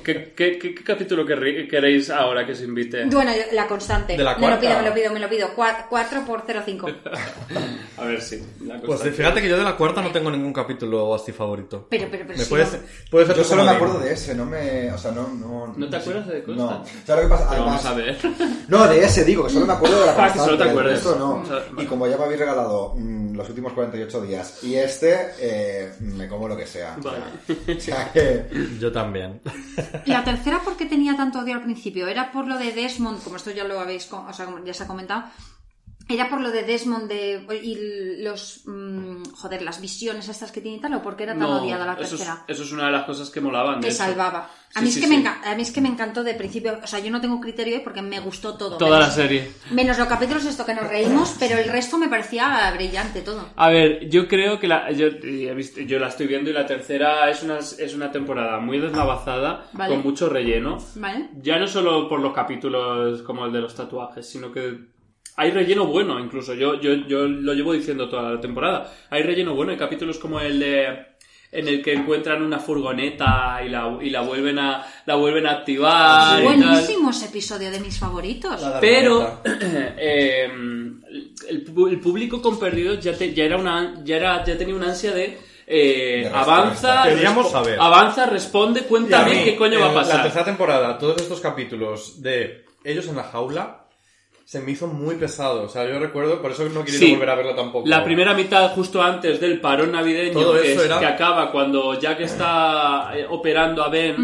¿Qué, qué, qué- qué capítulo querrí- queréis ahora que se invite? Bueno, yo- la constante. De la me lo cuarta. pido, me lo pido, me lo pido. 4 por 05. A ver si. la Pues cosa eh, fíjate que yo de la cuarta no tengo ningún capítulo así favorito. Pero, pero, pero. ¿Me si puedes, no- puedes hacer Yo solo me comodín? acuerdo de ese, no me. O sea, no. ¿No, ¿No te acuerdas de Costa? No. ¿Sabes lo que pasa? Pero vamos Además, a ver. No, de ese digo, que solo me acuerdo de la Ah, que solo te del acuerdas. resto no. O sea, Y como ya me habéis regalado mm, los últimos 48 días y este, eh, me como lo que sea. Vale. O sea que. pues Yo también. La tercera, ¿por qué tenía tanto odio al principio? Era por lo de Desmond, como esto ya lo habéis, co- o sea, como ya se ha comentado, ¿Era por lo de Desmond de, y los. mm, joder, las visiones estas que tiene y tal? ¿O porque era tan odiada la eso es, tercera? eso es una de las cosas que molaban. de Te hecho. salvaba. A Sí, mí, sí, es que me sí. enca- a mí es que me encantó de principio. O sea, yo no tengo criterio hoy porque me gustó todo. Toda menos- la serie. Menos los capítulos esto que nos reímos, pero el resto me parecía brillante todo. A ver, yo creo que la, yo, ya viste, yo la estoy viendo y la tercera es una, es una temporada muy desnavazada, Vale. con mucho relleno. ¿Vale? Ya no solo por los capítulos como el de los tatuajes, sino que hay relleno bueno, incluso. Yo, yo, yo lo llevo diciendo toda la temporada. Hay relleno bueno, hay capítulos como el de en el que encuentran una furgoneta y la, y la vuelven a la vuelven a activar. y tal. Buenísimo ese episodio de mis favoritos. Pero eh, el, pu- el público con perdidos ya, te- ya era una ya era ya tenía una ansia de, eh, respuesta. avanza, Queríamos respo- saber. avanza, responde, cuéntame Y a mí, qué coño va a en La pasar. tercera temporada, todos estos capítulos de ellos en la jaula, se me hizo muy pesado. O sea, yo recuerdo, por eso no quiero Sí. volver a verla tampoco. La primera mitad justo antes del parón navideño Todo que, eso es- era- que acaba cuando Jack está eh, operando a Ben,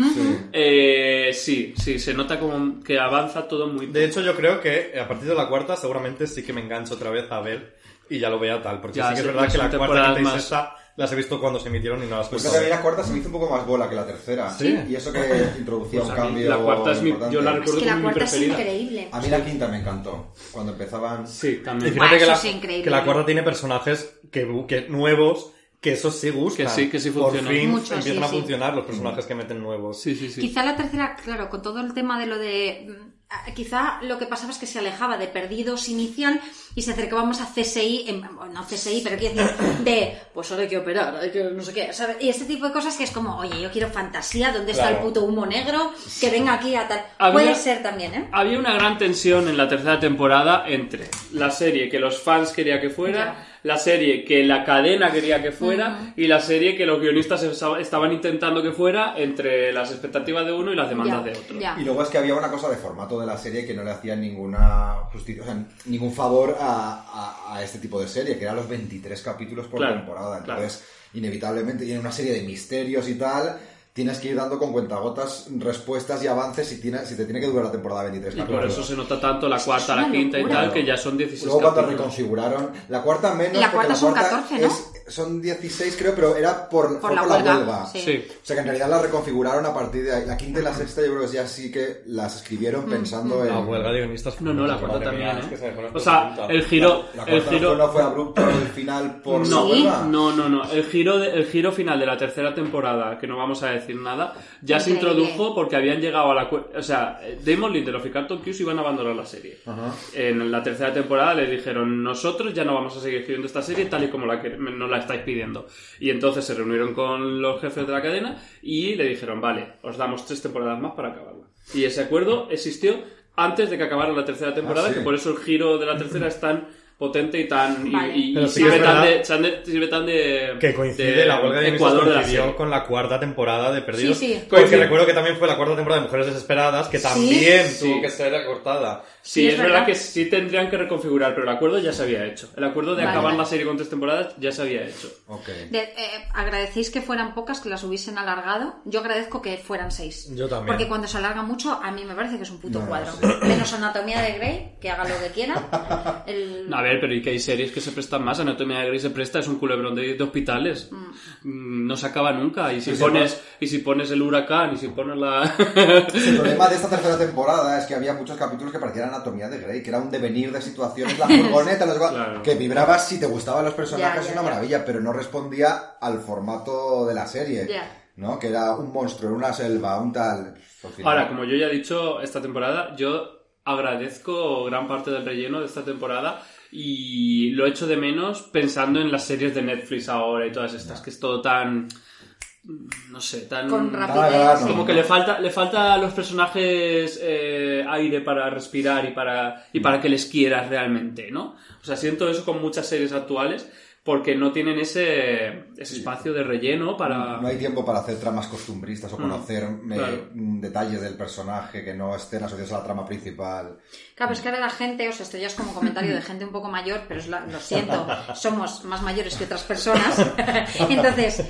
eh, sí, sí, se nota como que avanza todo muy De hecho, yo creo que a partir de la cuarta seguramente sí que me engancho otra vez a ver y ya lo vea tal. Porque Ya, sí que es sí, verdad ya que la son cuarta, quinta y temporadas sexta las he visto cuando se emitieron y no las he Pues visto. creo que a mí la cuarta se me hizo un poco más bola que la tercera. Sí. Y eso que introducía Pues un a mí cambio. la cuarta es mi- yo importante. la Es recuerdo que la como mi cuarta es preferida. increíble. A mí la quinta me encantó. Cuando empezaban. Sí, Y también. Ah, fíjate que eso la, es increíble. que la cuarta tiene personajes que, bu- que nuevos, que eso sí gusta. Que sí, que sí Por funcionan. fin Mucho, sí, empiezan a sí. funcionar los personajes que meten nuevos. Sí, sí, sí. Quizá la tercera, claro, con todo el tema de lo de. mm, ah, Quizá lo que pasaba es que se alejaba de perdidos inicial y se acercábamos a CSI, en- bueno, no CSI, pero quiero decir, de pues ahora hay que operar, hay que no sé qué, ¿sabes? Y este tipo de cosas que es como, oye, yo quiero fantasía, ¿dónde está el Claro. puto humo negro? Que venga aquí a tal. Había- Puede ser también, ¿eh? Había una gran tensión en la tercera temporada entre la serie que los fans querían que fuera, Ya. la serie que la cadena quería que fuera y la serie que los guionistas esa- estaban intentando que fuera entre las expectativas de uno y las demandas Ya, de otro. ya. Y luego es que había una cosa de formato de la serie que no le hacía ninguna justicia, o sea, ningún favor a, a- a este tipo de serie, que eran los 23 capítulos por Claro, temporada. Entonces, inevitablemente, tiene una serie de misterios y tal. Tienes que ir dando con cuentagotas respuestas y avances si, tiene- si te tiene que durar la temporada 23 Y por capítulos. eso se nota tanto la cuarta, es la una quinta y locura. tal, que ya son 16 Luego cuando capítulos. reconfiguraron, la cuarta menos, La porque cuarta son cuarta 14, ¿no? es- son 16 creo, pero era por, fue por la, huelga. sí. Sí. O sea que en realidad la reconfiguraron a partir de ahí. La quinta y la sexta yo creo que ya sí que las escribieron pensando en... La Ah, huelga de guionistas. No, no, la cuarta Madre mía, también, es que se ¿eh? me pone O sea, pregunta. el giro... La el cuarta giro... no fue abrupto el final por la No, huelga. no, no, no. El giro, de- el giro final de la tercera temporada, que no vamos a decir nada, ya se Increíble. introdujo porque habían llegado a la... cu- O sea, Damon Lindelof y Carlton Cuse iban a abandonar la serie. En la tercera temporada le dijeron, nosotros ya no vamos a seguir escribiendo esta serie tal y como la que nos la estáis pidiendo. Y entonces se reunieron con los jefes de la cadena y le dijeron, vale, os damos tres temporadas más para acabarla. Y ese acuerdo existió antes de que acabara la tercera temporada, Ah, sí. que por eso el giro de la tercera es tan potente y tan y- Vale. y- Pero y sí que sirve, es tan verdad de, tan de- sirve tan de- Que coincide, de la huelga de guionistas Ecuador de la coincidió serie. con la cuarta temporada de Perdidos. Sí, sí. Porque Coincide. recuerdo que también fue la cuarta temporada de Mujeres Desesperadas, que también Sí. tuvo que ser acortada. Sí, Sí, es, es verdad. verdad. que sí tendrían que reconfigurar, pero el acuerdo ya se había hecho. El acuerdo de Vale, acabar vale. la serie con tres temporadas ya se había hecho. Ok. De- eh, agradecéis que fueran pocas, que las hubiesen alargado. Yo agradezco que fueran seis. Yo también. Porque cuando se alarga mucho, a mí me parece que es un puto No, cuadro. sí. Menos Anatomía de Grey, que haga lo que quiera. El- A ver, pero ¿y que hay series que se prestan más? Anatomía de Grey se presta, es un culebrón de, de hospitales. Mm, No se acaba nunca. Y si, Sí, sí, pones, y si pones el huracán, y si pones la... El problema de esta tercera temporada es que había muchos capítulos que parecían Anatomía de Grey, que era un devenir de situaciones, la furgoneta, los... Claro. que vibrabas si te gustaban los personajes, Ya, ya, es una ya. maravilla, pero no respondía al formato de la serie, Ya. ¿no? Que era un monstruo, en una selva, un tal... Al final- Ahora, como yo ya he dicho esta temporada, yo agradezco gran parte del relleno de esta temporada y lo echo de menos pensando en las series de Netflix ahora y todas estas, que es todo tan... No sé, tan... Con Ah, rapidez. claro. Como que le falta, le falta a los personajes eh, aire para respirar y para, y para que les quieras realmente, ¿no? O sea, siento eso con muchas series actuales porque no tienen ese, ese espacio de relleno para... No hay tiempo para hacer tramas costumbristas o conocer eh, Mm, claro. mm, detalles del personaje que no estén asociados a la trama principal. Claro, pero es que ahora la gente, o sea, esto ya es como comentario de gente un poco mayor, pero es la- lo siento, somos más mayores que otras personas. Entonces,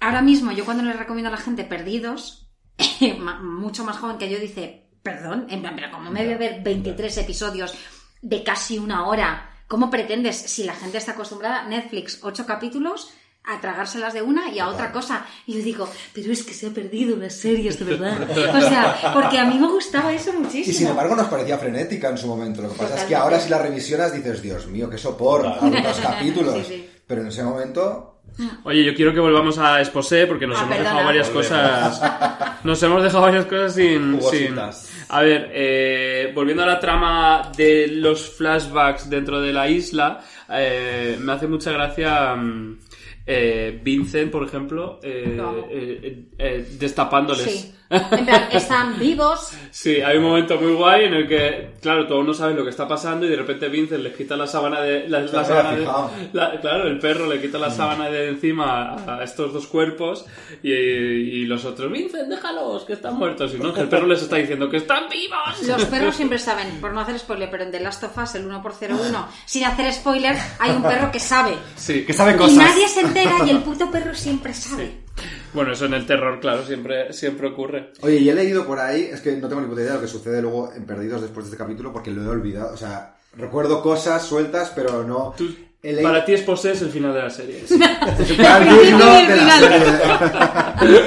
ahora mismo yo cuando le recomiendo a la gente perdidos, ma- mucho más joven que yo dice, perdón, en plan, pero como me voy a ver 23 episodios de casi una hora ¿Cómo pretendes, si la gente está acostumbrada, Netflix, ocho capítulos, a tragárselas de una y a otra cosa? Y yo digo, pero es que se ha perdido las series, de verdad. O sea, porque a mí me gustaba eso muchísimo. Y sin embargo nos parecía frenética en su momento. Lo que pasa es que Totalmente. ahora si la revisionas dices, Dios mío, qué sopor, algunos capítulos. Sí, sí. Pero en ese momento... Oye, yo quiero que volvamos a Exposé porque nos Ah, hemos dejado perdona. varias cosas. Nos hemos dejado varias cosas sin. sin... Jugositas. A ver, eh, volviendo a la trama de los flashbacks dentro de la isla, eh, me hace mucha gracia. mm, eh, Vincent, por ejemplo, eh, Lo amo. eh, eh, eh, destapándoles. Sí. En plan, están vivos, Sí, hay un momento muy guay en el que, claro, tú aún no sabes lo que está pasando y de repente Vincent les quita la sábana de... La, la me sábana había de- fijado. la- claro, el perro le quita la Mm. sábana de encima a, a estos dos cuerpos y, y los otros, Vincent, déjalos, que están muertos. Y no, que el perro les está diciendo que están vivos. Los perros siempre saben, por no hacer spoiler, pero en The Last of Us, el 1x01, sin hacer spoiler, hay un perro que sabe. Sí, Que sabe Y cosas. nadie se entera y el puto perro siempre sabe. bueno, eso en el terror, claro, siempre, siempre ocurre. Oye, y he leído por ahí, es que no tengo ni puta idea de lo que sucede luego en Perdidos después de este capítulo porque lo he olvidado. O sea, recuerdo cosas sueltas, pero no... Tú- He leído- Para ti es posee es el final de la serie. El digno y el de la final. serie.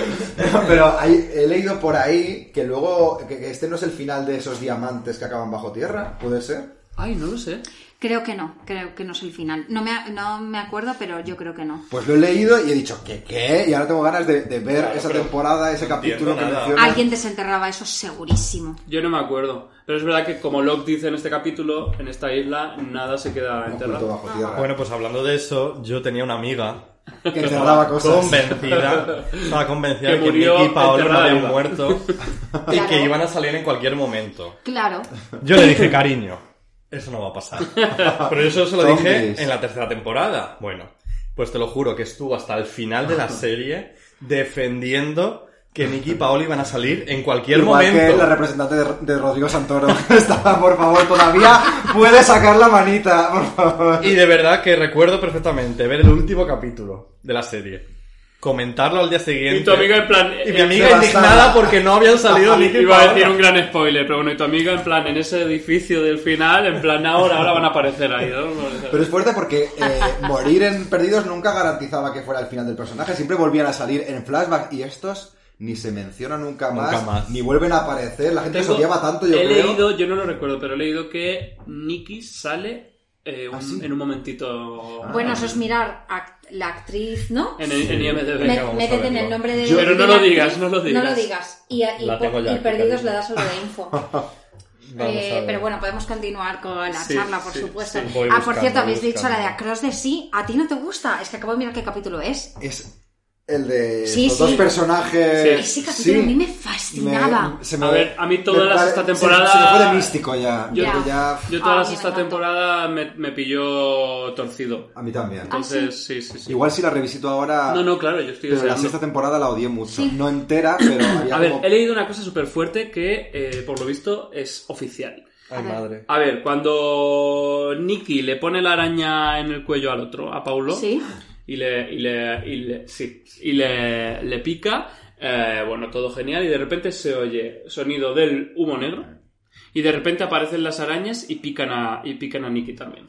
Pero hay- he leído por ahí que luego que, que este no es el final de esos diamantes que acaban bajo tierra, puede ser. Ay, no lo sé. Creo que no, creo que no es el final. No me, no me acuerdo, pero yo creo que no. Pues lo he leído y he dicho que qué y ahora tengo ganas de, de ver Claro, esa pero temporada, ese no capítulo que entiendo nada. menciona. Alguien desenterraba eso segurísimo. Yo no me acuerdo. Pero es verdad que como Locke dice en este capítulo, en esta isla nada se queda oculto enterrado. bajo tierra. Bueno, pues hablando de eso, yo tenía una amiga que enterraba cosas. convencida, estaba convencida Que de que murió Nicky y Paolo no enterrada habían viva. muerto y Claro. que iban a salir en cualquier momento. Claro. Yo le dije, cariño, eso no va a pasar. Pero yo eso se lo dije Zombies. en la tercera temporada. Bueno, pues te lo juro que estuvo hasta el final de la serie defendiendo que Nicky y Paolo iban a salir en cualquier Igual momento. que la representante de, de Rodrigo Santoro estaba, por favor, todavía puede sacar la manita, por favor. Y de verdad que recuerdo perfectamente ver el último capítulo de la serie. Comentarlo al día siguiente. Y tu amiga en plan... Y mi eh, amiga Devastada. indignada porque no habían salido ni Ah, Iba a decir un gran spoiler, pero bueno, y tu amiga en plan en ese edificio del final, en plan ahora, ahora van a aparecer ahí. ¿no? Pero es fuerte porque eh, morir en Perdidos nunca garantizaba que fuera el final del personaje. Siempre volvían a salir en flashback y estos ni se mencionan nunca más, Nunca más. ni vuelven a aparecer. La gente se Tengo- odiaba tanto, yo he creo. leído, yo no lo recuerdo, pero he leído que Nicky sale eh, un- Ah, en un momentito Bueno, eso es mirar act- la actriz, ¿no? en, en IMDb. Me- vamos a métete en verlo. el nombre de. Yo- Pero de no la lo digas, actriz, no lo digas. No lo digas. Y, y La tengo por- ya y aquí, perdidos cariño. le das solo de info. Vamos Eh, a ver. pero bueno, podemos continuar con la Sí, charla, por sí, supuesto. sí. Voy ah, por buscando, cierto, voy habéis dicho la de buscando. Across the Sea. ¿A ti no te gusta? Es que acabo de mirar qué capítulo es. Es el de Sí, los sí. dos personajes. Ese capítulo a mí me fascinaba. Me- se A ver, a mí todas me las pare- esta se- temporada- Se, me fue de místico ya. Yo- porque ya- Yo todas Ah, esta me encantó. temporada me, me pilló torcido. A mí también. Ah, Entonces, sí, sí, sí. Igual si la revisito ahora. No, no, claro, yo estoy Pero la deseando. sexta temporada la odié mucho. No entera, pero había A ver, como- he leído una cosa súper fuerte que, eh, por lo visto, es oficial. Ay, madre. A ver, cuando Nicky le pone la araña en el cuello al otro, a Paulo, Sí. y le, y le, y le- sí, y le, le pica, eh, bueno, todo genial, y de repente se oye sonido del humo negro, y de repente aparecen las arañas y pican a, y pican a Nicky también.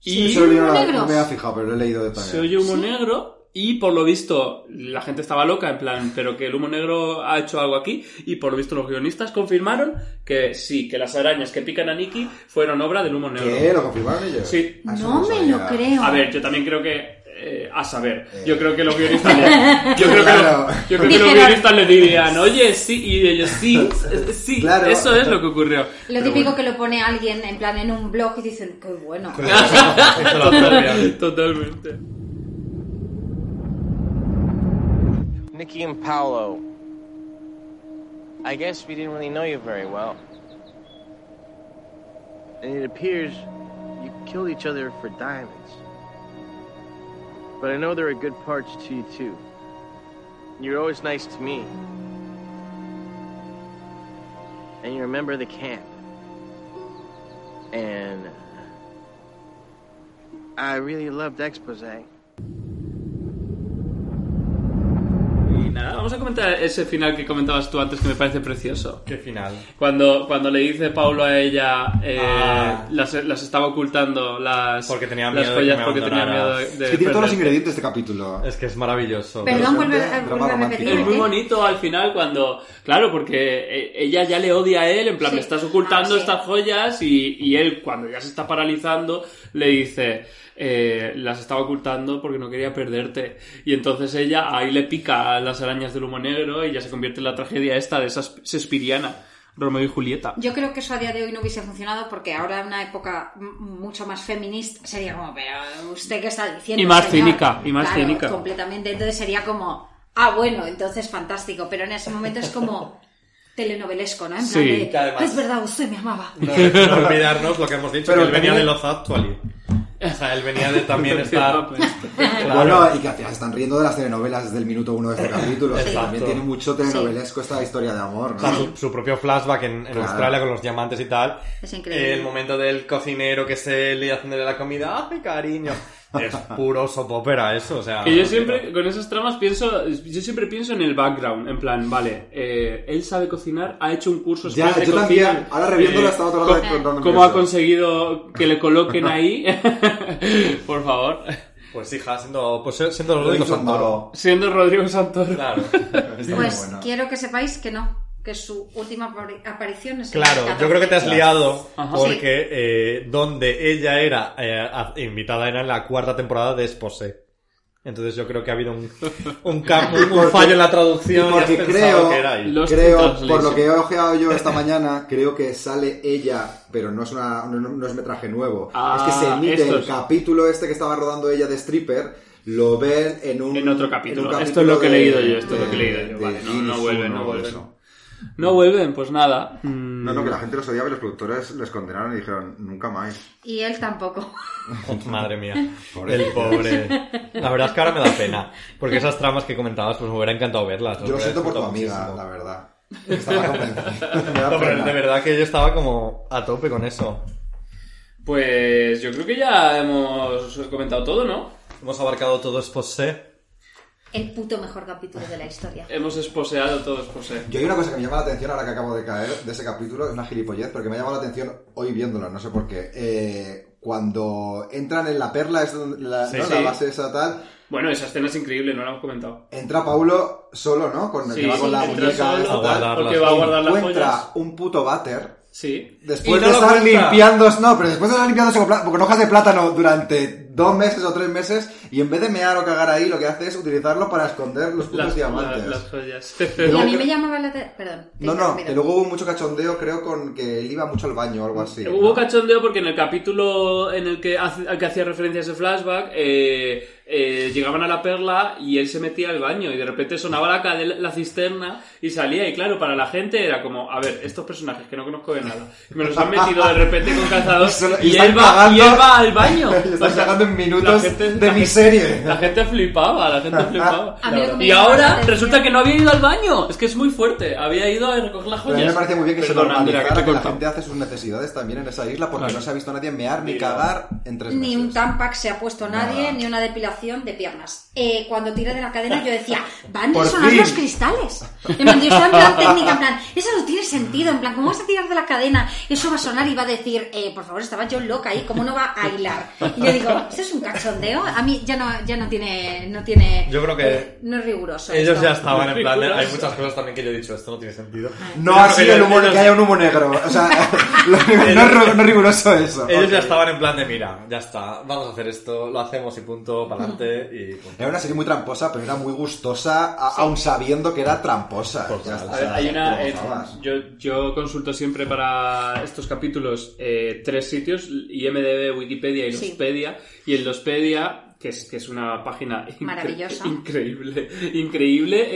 Sí, Y se lo olvidó, no, negros. me había fijado, pero lo he leído de se también. oye humo negro y por lo visto la gente estaba loca, en plan, pero que el humo negro ha hecho algo aquí y por lo visto los guionistas confirmaron que sí, que las arañas que pican a Nicky fueron obra del humo negro. ¿Qué? ¿Lo confirmaron ellos? Sí. Ah, eso no me sabía. lo creo. A ver, yo también creo que... eh, a saber, yo creo que los guionistas le, yo creo que, Claro. los, yo creo que los Dijeron- guionistas le dirían, oye, sí, y ellos sí, eh, sí, Claro. eso es lo que ocurrió. Lo típico que lo pone alguien en plan en un blog y dicen, qué bueno. Esto lo hace Totalmente. Nikki and Paolo. I guess we didn't really know you very well. And it appears you killed each other for diamonds. But I know there are good parts to you, too. You're always nice to me. And you remember the camp. And. I really loved Expose. Y nada, vamos vamos a comentar ese final que comentabas tú antes que me parece precioso. Qué final. Cuando, cuando le dice Paulo a ella eh, Ah. las, las estaba ocultando las Porque tenía las miedo de que joyas me porque tenía miedo abandonara. de, de Es que tiene todos los perder. ingredientes de capítulo. Es que es maravilloso. Perdón, vuelve, Drama a- vuelve a romántico. repetir. Es muy ¿eh? bonito al final cuando, claro, porque eh, ella ya le odia a él, en plan, Sí. me estás ocultando Ah, sí. estas joyas y, y él cuando ya se está paralizando le dice, eh, las estaba ocultando porque no quería perderte. Y entonces ella ahí le pica a las arañas del humo negro y ya se convierte en la tragedia esta de esa Shakespeareana, Romeo y Julieta. Yo creo que eso a día de hoy no hubiese funcionado porque ahora en una época m- mucho más feminista sería como, pero usted qué está diciendo. Y más señor?". cínica, y más Claro, cínica. Completamente. Entonces sería como, ah, bueno, entonces fantástico. Pero en ese momento es como telenovelesco, ¿no? En plan Sí. de, Que además- es verdad, usted me amaba. No, no olvidarnos lo que hemos dicho, Pero que él venía también- de los Actually. O sea, él venía de también estar... pues. Claro. pues, Bueno, y que al final están riendo de las telenovelas desde el minuto uno de este capítulo. o sea, que Exacto. también tiene mucho telenovelesco esta historia de amor, O ¿no? sea, su, su propio flashback en, en Australia con los diamantes y tal. Es increíble. El momento del cocinero que se le haciéndole la comida. ¡Ay, cariño! Es puro soap opera eso, o Ah, sea... Que yo siempre, con esas tramas, pienso, yo siempre pienso en el background, en plan, vale, eh, él sabe cocinar, ha hecho un curso Ya, express de yo cocina, también. Ahora reviéndolo, eh, estaba todo el rato co- encontrándome ¿Cómo ha eso. conseguido que le coloquen ahí? Por favor. Pues hija, siendo, pues, siendo los Lo dos hizo un Santoro. mago. Siendo Rodrigo Santoro. Claro. Está muy Pues bueno. quiero que sepáis que no, que su última apari- aparición es... en Claro, el yo creo que te has 14. liado Ajá. porque eh, donde ella era eh, a- invitada era en la cuarta temporada de Esposé. Entonces yo creo que ha habido un, un, cam- un- un porque- fallo en la y traducción y has porque pensado creo- que era ahí. Lo- Lost in Creo, Translation. por lo que he ojeado yo esta mañana, creo que sale ella, pero no es, una, no, no es metraje nuevo. Ah, es que se emite esto el es- capítulo este que estaba rodando ella de stripper, lo ven en un... En otro un capítulo. Esto es lo que he de- leído yo, esto es lo que he de- leído yo. de Vale, no, Guinness no vuelven, o no algo de vuelven. eso. No vuelven, pues nada. Mm, No, no, que la gente los odiaba y los productores les condenaron y dijeron, nunca más. Y él tampoco. Madre mía, el pobre. La verdad es que ahora me da pena, porque esas tramas que comentabas pues me hubiera encantado verlas. Yo lo Me siento por tu hubiera amiga, disfrutado la verdad. Estaba convencida. Me da muchísimo. No, pero pena. de verdad que yo estaba como a tope con eso. Pues yo creo que ya hemos comentado todo, ¿no? Hemos abarcado todo Esposé. El puto mejor capítulo de la historia. Eh, Hemos esposeado todos por ser. Yo hay una cosa que me llama la atención ahora que acabo de caer de ese capítulo, es una gilipollez, pero que me ha llamado la atención hoy viéndolo, no sé por qué. Eh, cuando entran en la perla, es donde la, Sí, ¿no? sí. la base esa tal, Bueno, esa escena es increíble, no la hemos comentado. entra Paulo solo, ¿no? Con, Sí, que va con la entra muñeca solo esa a tal, guardar Porque las- va a guardar las encuentra joyas. un puto váter. Sí. Después Y no de lo estar cuenta. limpiando, no, pero después de estar limpiándose con, pla- con hojas de plátano durante dos meses o tres meses, y en vez de mear o cagar ahí, lo que hace es utilizarlo para esconder los putos Las, diamantes. las joyas. Y a mí creo- me llamaba la... te- Perdón. te he No, no, interrumpido. que luego hubo mucho cachondeo, creo, con que él iba mucho al baño o algo así. ¿no? Hubo cachondeo porque en el capítulo en el que, hace- al que hacía referencia ese flashback, eh, eh, llegaban a la perla y él se metía al baño y de repente sonaba la, cadena- la cisterna y salía. Y claro, para la gente era como, a ver, estos personajes que no conozco de nada, me los han metido de repente con Y cazadores se lo- y y, están él va, cagando. y él va al baño. Le están O sea, cagando la en minutos gente- de la mi gente- serie. La gente flipaba, la gente flipaba. A mí lo que me y llamó la ahora atención- resulta que no había ido al baño. Es que es muy fuerte. Había ido a recoger las Pero a joyas. mí me parece muy bien que Perdona, se normalizara Andrea, que te he que la cortado. gente hace sus necesidades también en esa isla porque Claro. no se ha visto a nadie mear ni Ni cagar en tres meses. Ni un tampax se ha puesto nadie, Nada. ni una depilación de piernas. Eh, cuando tiré de la cadena yo decía, van Por a sonar fin. los cristales. En plan, yo estaba en plan técnica, en plan, eso no tiene sentido, en plan, ¿cómo vas a tirar de la cadena? Eso va a sonar y va a decir, eh, por favor, estaba yo loca ahí, ¿cómo no va a hilar? Y yo digo, ¿eso es un cachondeo? A mí ya no, ya no tiene, no tiene... Yo creo que eh, no es riguroso. Ellos esto. ya estaban en plan. de- Figuras. Hay muchas cosas también que yo he dicho, esto no tiene sentido. No Pero así que el ellos- humo, que haya un humo negro. O sea, lo- no, es, ru- no es riguroso eso. Ellos ya Ok. estaban en plan de, mira, ya está, vamos a hacer esto, lo hacemos y punto, para adelante y punto. Era una serie muy tramposa, pero era muy gustosa, a- aun sabiendo que era tramposa. Pues Ya vale. está, A ver, hay una. te eh, gozabas. yo, yo consulto siempre para estos capítulos eh, tres sitios: IMDb, Wikipedia y Sí. Lospedia. Y en Lospedia, que es, que es una página incre- Maravillosa. increíble, increíble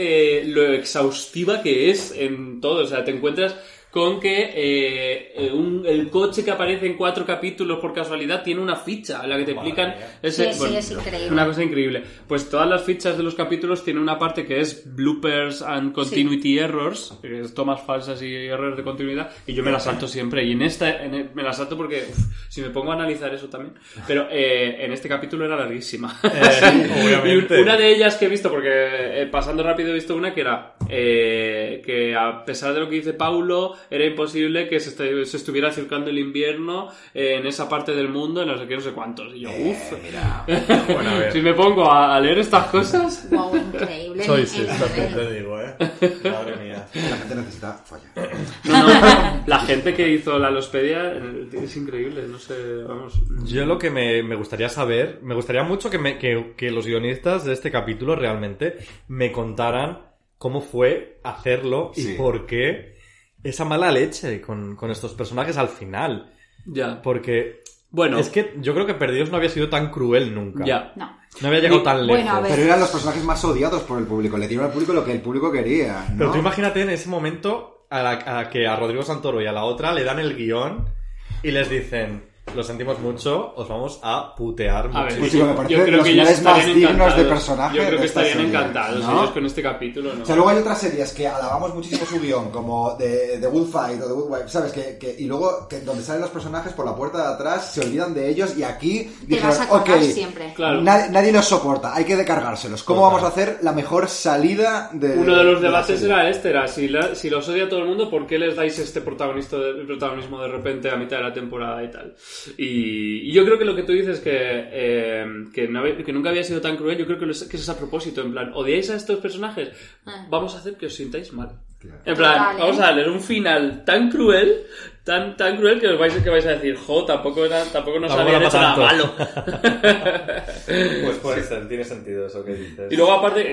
eh, lo exhaustiva que es en todo. O sea, te encuentras con que eh, eh, un- el coche que aparece en cuatro capítulos por casualidad tiene una ficha en la que te explican ese... Sí, sí, es increíble. Una cosa increíble. Pues todas las fichas de los capítulos tienen una parte que es bloopers and continuity errors, que es tomas falsas y errores de continuidad, y yo me las salto siempre. Y en esta en el- me las salto porque uf, si me pongo a analizar eso también. Pero eh, en este capítulo era larguísima. obviamente. Y una de ellas que he visto, porque eh, pasando rápido he visto una que era eh, que a pesar de lo que dice Paulo, era imposible que se, est- se estuviera acercando el invierno eh, en esa parte del mundo, en no sé qué, no sé cuántos. Y yo, Eh, uff. Bueno, a ver. Si me pongo a, a leer estas cosas. Wow, increíble. Choices, El- también el- te digo, ¿eh? Madre mía. La gente necesita follar. No, no, la gente que hizo la Lospedia eh, es increíble, no sé, vamos. Yo lo que me, me gustaría saber, me gustaría mucho que, me- que- que los guionistas de este capítulo realmente me contaran cómo fue hacerlo Sí. y por qué esa mala leche con, con estos personajes al final. Ya. Porque Bueno, es que yo creo que Perdidos no había sido tan cruel nunca. ya. No. No había llegado Ni- tan lejos. Bueno, a ver. Pero eran los personajes más odiados por el público. Le dieron al público lo que el público quería. ¿no? Pero tú imagínate en ese momento a, la, a que a Rodrigo Santoro y a la otra le dan el guión y les dicen, lo sentimos mucho, os vamos a putear A ver, muchísimo". Pues sí, me parece los finales más estarían dignos de encantados. personaje Yo creo de que esta estarían serie, encantados ¿no? ellos con este capítulo, ¿no? O sea, luego hay otras series que alabamos muchísimo su guión, como The, The Good Fight o The Good Wife, ¿sabes? Que, que- y luego, que donde salen los personajes por la puerta de atrás, se olvidan de ellos y aquí Te dijeron, vas a ok, acordar siempre. Claro. nadie, nadie los soporta, hay que decargárselos. ¿Cómo vamos a hacer la mejor salida de Uno de los la debates serie? era este, era si, la- si los odia todo el mundo, ¿por qué les dais este protagonista de- protagonismo de repente a mitad de la temporada y tal? Y, y yo creo que lo que tú dices que, eh, que, no habe- que nunca había sido tan cruel, yo creo que, lo es, que eso es a propósito, en plan, odiáis a estos personajes, Ah. vamos a hacer que os sintáis mal. En plan, Total, ¿eh? vamos a darles un final tan cruel, tan tan cruel que os vais, que vais a decir, jo, tampoco, era, tampoco nos Tampoco habían era hecho nada para malo. Pues puede ser, tiene sentido eso que dices. Y luego, aparte,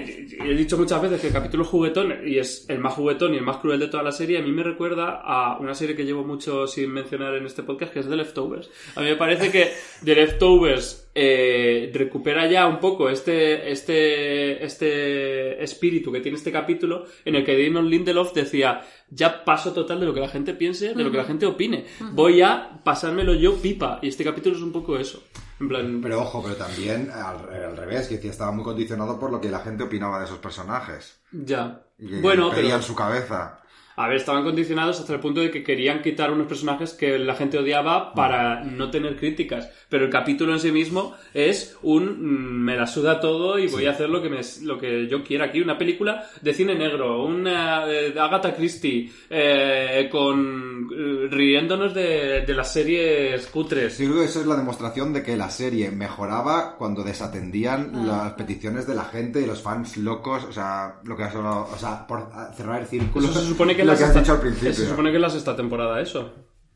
he dicho muchas veces que el capítulo juguetón, y es el más juguetón y el más cruel de toda la serie, a mí me recuerda a una serie que llevo mucho sin mencionar en este podcast, que es The Leftovers. A mí me parece que The Leftovers eh, recupera ya un poco este, este, este espíritu que tiene este capítulo, en el que Damon Lindelof decía, ya paso total de lo que la gente piense, de lo que la gente opine. Voy a pasármelo yo pipa. Y este capítulo es un poco eso. En plan, Pero ojo, Pero también al, re- al revés, que decía, estaba muy condicionado por lo que la gente opinaba de esos personajes. ya. Y que Bueno, pedían pero... su cabeza. A ver, estaban condicionados hasta el punto de que querían quitar unos personajes que la gente odiaba para no tener críticas. Pero el capítulo en sí mismo es un mm, me la suda todo y voy a hacer lo que, me, lo que yo quiera aquí. Una película de cine negro, una eh, de Agatha Christie, eh, con eh, riéndonos de, de las series cutres. Yo creo que eso es la demostración de que la serie mejoraba cuando desatendían las peticiones de la gente y los fans locos, o sea, lo que has hablado, o sea, por cerrar el círculo. Eso se supone que, lo las que has esta- dicho al Se principio. supone que las esta temporada eso.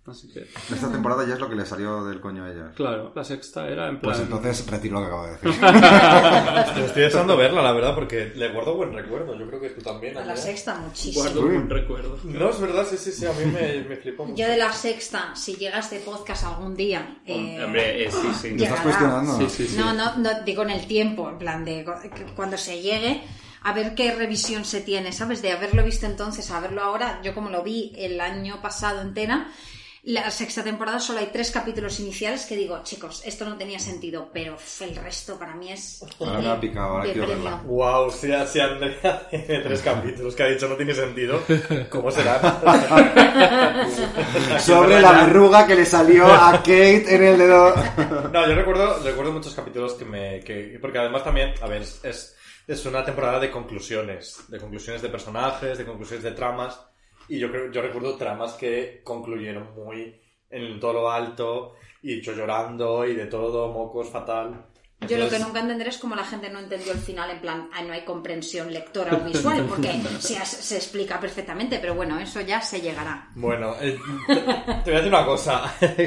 Así que, Esta temporada ya es lo que le salió del coño a ellos. claro, la sexta era en plan... Pues entonces retiro lo que acabo de decir. Estoy deseando verla, la verdad, porque le guardo buen recuerdo. Yo creo que tú también. A la Andrea. sexta muchísimo. guardo un recuerdo. No, es verdad, sí, sí, sí, a mí me, me flipó mucho. Yo de la sexta, si llega este podcast algún día... eh, Hombre, eh, sí, sí. ¿Te Llegará. estás cuestionando? Sí, sí, sí. No, no, no, digo en el tiempo, en plan de cu- cuando se llegue, a ver qué revisión se tiene, ¿sabes? De haberlo visto entonces a verlo ahora, yo como lo vi el año pasado entera, la sexta temporada solo hay tres capítulos iniciales que digo, chicos, esto no tenía sentido, pero f- el resto para mí es... Ahora me ha picado, ahora de quiero premio. verla. Wow, si, si Andrea tiene tres capítulos que ha dicho no tiene sentido, ¿cómo será? Sobre la verruga que le salió a Kate en el dedo. No, yo recuerdo, recuerdo muchos capítulos que me. Que, porque además también, a ver, es- es, es una temporada de conclusiones. De conclusiones de personajes, de conclusiones de tramas. Y yo creo, yo recuerdo tramas que concluyeron muy en todo lo alto, y yo llorando, y de todo, mocos, fatal. Yo lo que Entonces, nunca entenderé es cómo la gente no entendió el final, en plan, ah, no hay comprensión lectora o visual, porque se, as- se explica perfectamente, pero bueno, eso ya se llegará. Ah. Bueno, eh, te te voy a decir una cosa.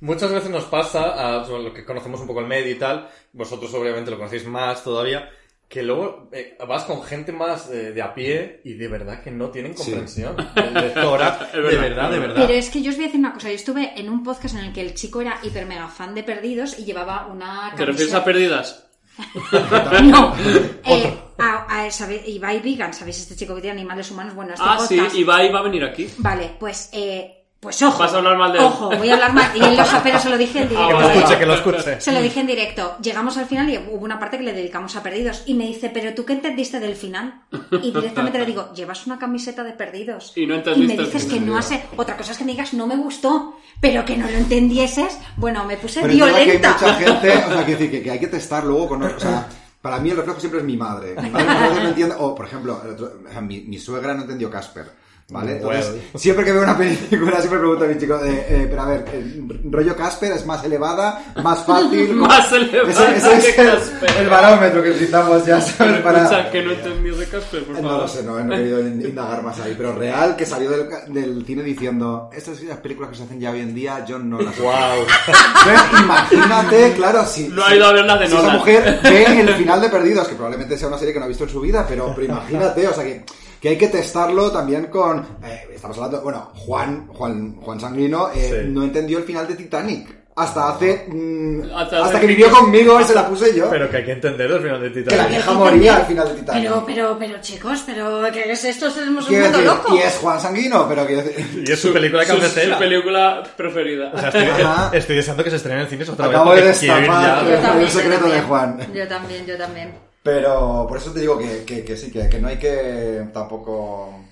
Muchas veces nos pasa, a lo que conocemos un poco el medio y tal, vosotros obviamente lo conocéis más todavía, que luego eh, vas con gente más eh, de a pie y de verdad que no tienen comprensión de lectora, Es verdad, de verdad, de es verdad. Pero es que yo os voy a decir una cosa, yo estuve en un podcast en el que el chico era hiper mega fan de Perdidos y llevaba una ¿Te refieres camiseta- a pérdidas? No, eh, a, a Ah, ¿sabe- Ibai Vegan, ¿sabéis este chico que tiene animales humanos? Bueno, este Ah, sí, podcast- Ibai va a venir aquí. Vale, pues, eh, pues ojo. Vas a hablar mal de él. Ojo, voy a hablar mal. Y en los aperos se lo dije en directo. Ah, vale. escuche, que lo escuche. Mm. Se lo dije en directo. Llegamos al final y hubo una parte que le dedicamos a Perdidos. Y me dice, ¿pero tú qué entendiste del final? Y directamente le digo, llevas una camiseta de Perdidos. Y no entendiste me el dices final. que no hace... Otra cosa es que me digas, no me gustó, pero que no lo entendieses. Bueno, me puse Pero es verdad que hay violenta. mucha gente, o sea, quiero decir que, que hay que testar luego con... O sea, para mí el reflejo siempre es mi madre. Mi madre muchas veces no entiende... O, por ejemplo, el otro- mi, mi suegra no entendió Casper. Mm, ¿Vale? Entonces, siempre que veo una película, siempre pregunto a mi chico, eh, eh, pero a ver, eh, rollo Casper es más elevada, más fácil. Más elevada Ese- ese es que el- Casper. El, barómetro que utilizamos ya, ¿sabes? Pero Para... escucha, que no entendí de Casper, por Ah, Eh, favor. No lo sé, no, no he querido in- indagar más ahí, pero real que salió del, del cine diciendo, estas son las películas que se hacen ya hoy en día, yo no las Wow. Entonces, imagínate, claro, si, No ha ido a ver la de si esa Nolan. mujer ve el final de Perdidos, que probablemente sea una serie que no ha visto en su vida, pero, pero imagínate, o sea que, que hay que testarlo también con... eh, estamos hablando, bueno, Juan, Juan, Juan Sanguino eh, Sí. no entendió el final de Titanic. Hasta hace... mm, Hasta hasta hace que vivió conmigo, se la puse yo. Pero que hay que entender el final de que la Titanic. vieja moría al final de Titanic. Pero, pero, pero, chicos, pero, ¿qué es esto? Somos un Quiero mundo decir, loco. y es Juan Sanguino, pero quiero decir, Y es su película Su- cabecera. Su película preferida. O sea, estoy, Ajá. Eh, estoy deseando que se estrene en cines otra acabo de vez. porque quiero ir destapar ya. Yo también, el secreto yo de también. Juan. Yo también, yo también. Pero por eso te digo que, que, que sí, que, que no hay que tampoco...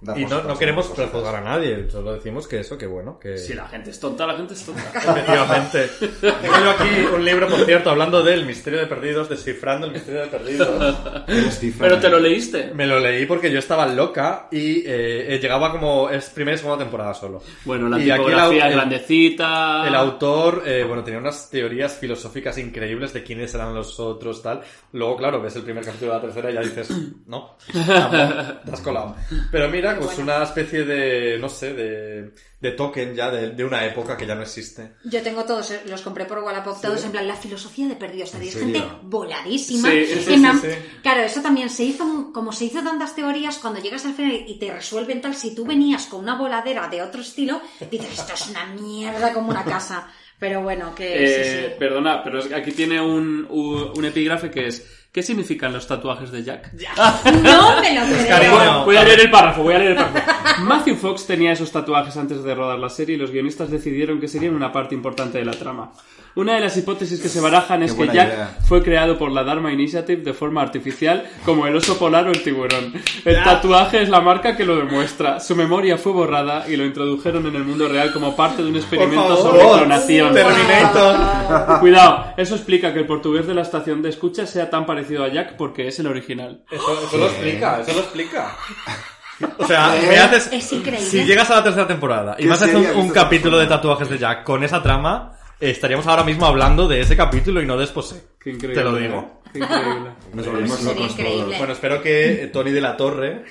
dar Y no, cosas, no queremos cosas. prejuzgar a nadie, solo decimos que eso, que bueno, que... Si la gente es tonta, la gente es tonta. Efectivamente. Tengo yo aquí un libro, por cierto, hablando del misterio de perdidos, descifrando el misterio de perdidos. Eres diferente. Pero te lo leíste. Me lo leí porque yo estaba loca y eh, eh, llegaba como... Es primera y segunda temporada solo. Bueno, la Y aquí el au- tipografía el- es grandecita. El autor, eh, bueno, tenía unas teorías filosóficas increíbles de quiénes eran los otros, tal. Luego, claro, ves el primer capítulo de la tercera y ya dices, no, tampoco, te has colado. Pero mira, pues una especie de, no sé, de, de token ya de, de una época que ya no existe. Yo tengo todos, eh, los compré por Wallapop todos, en plan, la filosofía de perdidos. Es serio? gente voladísima. Sí, sí, Y sí, me han- sí. Claro, eso también se hizo, un- como se hizo tantas teorías, cuando llegas al final y te resuelven tal, si tú venías con una voladera de otro estilo, dices, esto es una mierda como una casa. Pero bueno, que Eh, sí, sí. Perdona, pero es que aquí tiene un, un, un epígrafe que es ¿Qué significan los tatuajes de Jack? Eh, No me lo creo. cariño. Voy a leer el párrafo, voy a leer el párrafo. Matthew Fox tenía esos tatuajes antes de rodar la serie y los guionistas decidieron que serían una parte importante de la trama. Una de las hipótesis que se barajan es Qué que buena Jack idea. fue creado por la Dharma Initiative de forma artificial, como el oso polar o el tiburón. El tatuaje es la marca que lo demuestra. Su memoria fue borrada y lo introdujeron en el mundo real como parte de un experimento sobre clonación. Terminator. Cuidado, eso explica que el portugués de la estación de escucha sea tan parecido a Jack porque es el original. Eso, eso lo explica, eso lo explica. O sea, me haces... Es increíble. Si llegas a la tercera temporada y ¿Qué me haces un, serie has un visto capítulo de tatuajes de Jack con esa trama, eh, estaríamos ahora mismo hablando de ese capítulo y no de Esposé. Qué increíble. ¿eh? Te lo digo. Qué increíble. Nos volvimos Sería locos increíble. todos. Bueno, espero que eh, Tony de la Torre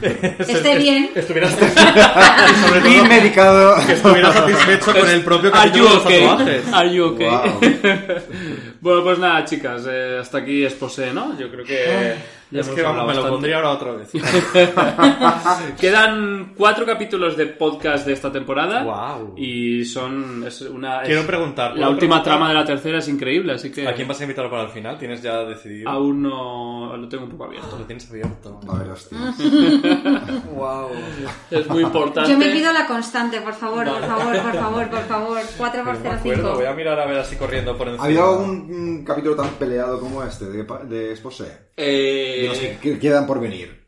Esté bien. estuviera satisfecho, sobre todo, Y medicado. que estuviera satisfecho con el propio Are you capítulo de los okay? tatuajes. Are you okay? Wow. bueno, pues nada, chicas, eh, hasta aquí exposé, ¿no? Yo creo que. ya Ah, Es hemos que vamos, hablado me lo bastante. pondría ahora otra vez. Quedan cuatro capítulos de podcast de esta temporada. Guau. Y son. Es una, es- Quiero preguntar, La ¿puedo última preguntar? trama de la tercera es increíble, así que. ¿A quién vas a invitar para el final? ¿Tienes ya decidido? Aún no. Lo tengo un poco abierto. Lo tienes abierto. A ver, hostia. Wow. Es muy importante. Yo me pido la constante, por favor, por favor, por favor, por favor. 4 por No me 0, acuerdo, 5. voy a mirar a ver así corriendo por encima. Había un mm, capítulo tan peleado como este de, pa- de Exposé. Eh, De los que que quedan por venir.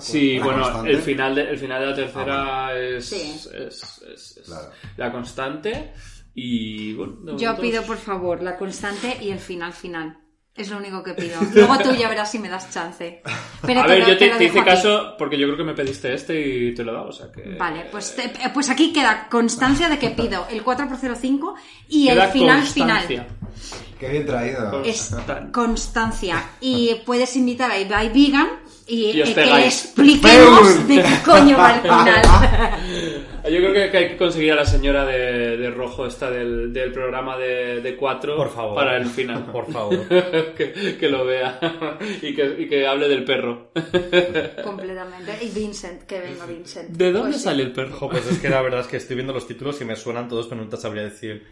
Sí, La bueno, constante. el final, de, el final Ah, de la tercera es, Sí. es- es- es Claro. la constante y bueno... de Yo momento pido, es- por favor, la constante y el final final. Es lo único que pido. Luego tú ya verás si me das chance. Pero A te ver, lo- yo te, lo te dejo hice aquí. caso porque yo creo que me pediste este y te lo he dado, o sea que... Vale, pues, te- eh, pues aquí queda constancia de que pido el 4 por 05 y Queda el final constancia. final. Qué bien traído. Es Tan- constancia. Y puedes invitar a Ibai Vegan y, Y os eh, que le pegáis. expliquemos de qué coño va el final. Yo creo que, que hay que conseguir a la señora de, de rojo esta del, del programa de, de cuatro Por favor. para el final. Por favor. que, que lo vea y que, y que hable del perro. Completamente. Y Vincent, que venga Vincent. ¿De dónde Pues sí. sale el perro? Jo, pues es que la verdad es que estoy viendo los títulos y me suenan todos, pero nunca sabría decir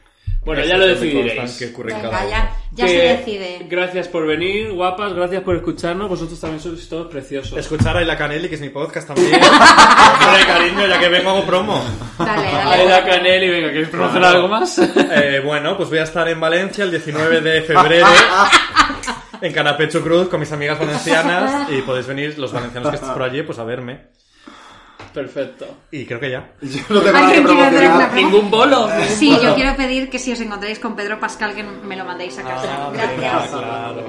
Bueno, ya lo constan decidiréis. que ocurre en cada Venga, uno. ya, ya Que se decide. Gracias por venir, guapas, gracias por escucharnos. Vosotros también sois todos preciosos. Escuchar a la Canelli, que es mi podcast también. Hombre, cariño, ya que vengo hago promo. Dale, dale. Aida Canelli, venga, ¿quieres promocionar algo más? Eh, bueno, pues voy a estar en Valencia el 19 de febrero. En Canapecho Cruz con mis amigas valencianas y podéis venir los valencianos que estéis por allí pues a verme. Perfecto. Y creo que ya. Yo no tengo nada que ¿Alguien quiere hacer promocionar. una promo? Ningún bolo. Sí, yo quiero pedir que si os encontráis con Pedro Pascal que me lo mandéis a Ah, casa. Gracias. Ah, claro.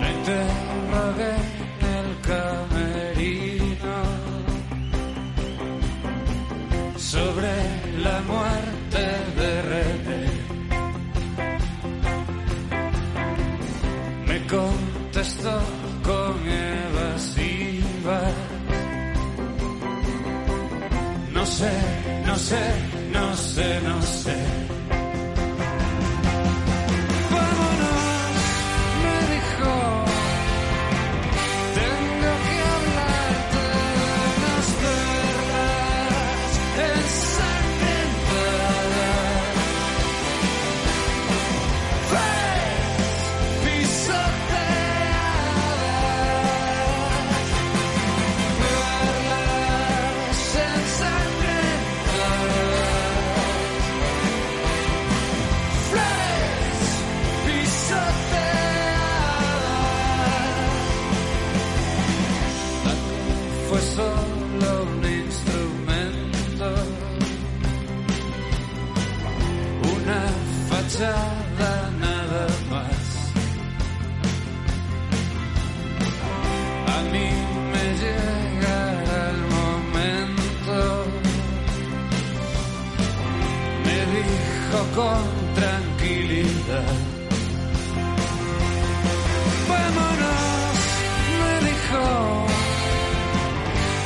La interrogué en el camerino sobre la muerte de René. Me contestó con evasivas. No sé, no sé, no sé, no sé. Vámonos me dijo tengo que hablarte de unas perlas ensangrentadas ves pisoteadas perlas ensangrentadas flores pisoteadas. Fue solo un instrumento, una fachada nada más. A mí me llega el momento me dijo con tranquilidad. Vámonos, me dijo.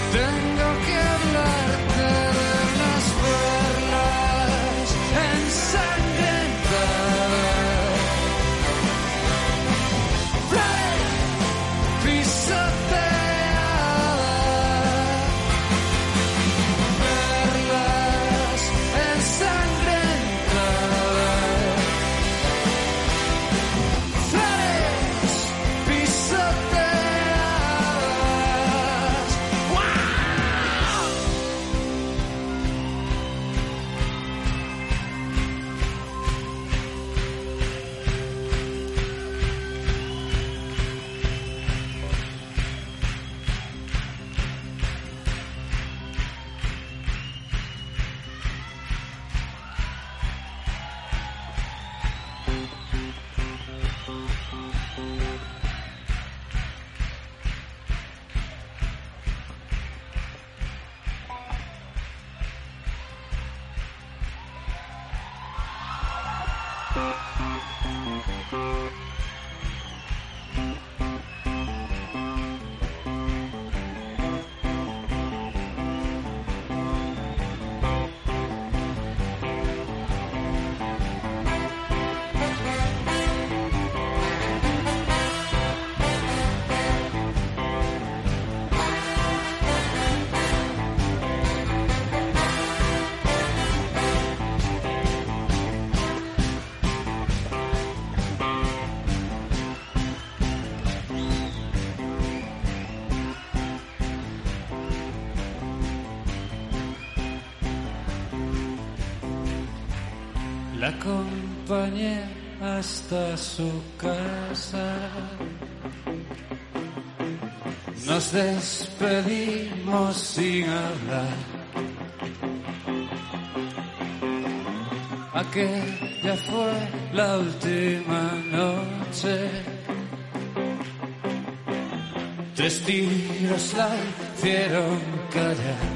Tengo que hablarte de las perlas ensangrentadas. Flores pisoteadas perlas ensangrentadas, flores pisoteadas. ¡Guau! La acompañé hasta su casa. Nos despedimos sin hablar. Aquella fue la última noche. Tres tiros la hicieron callar.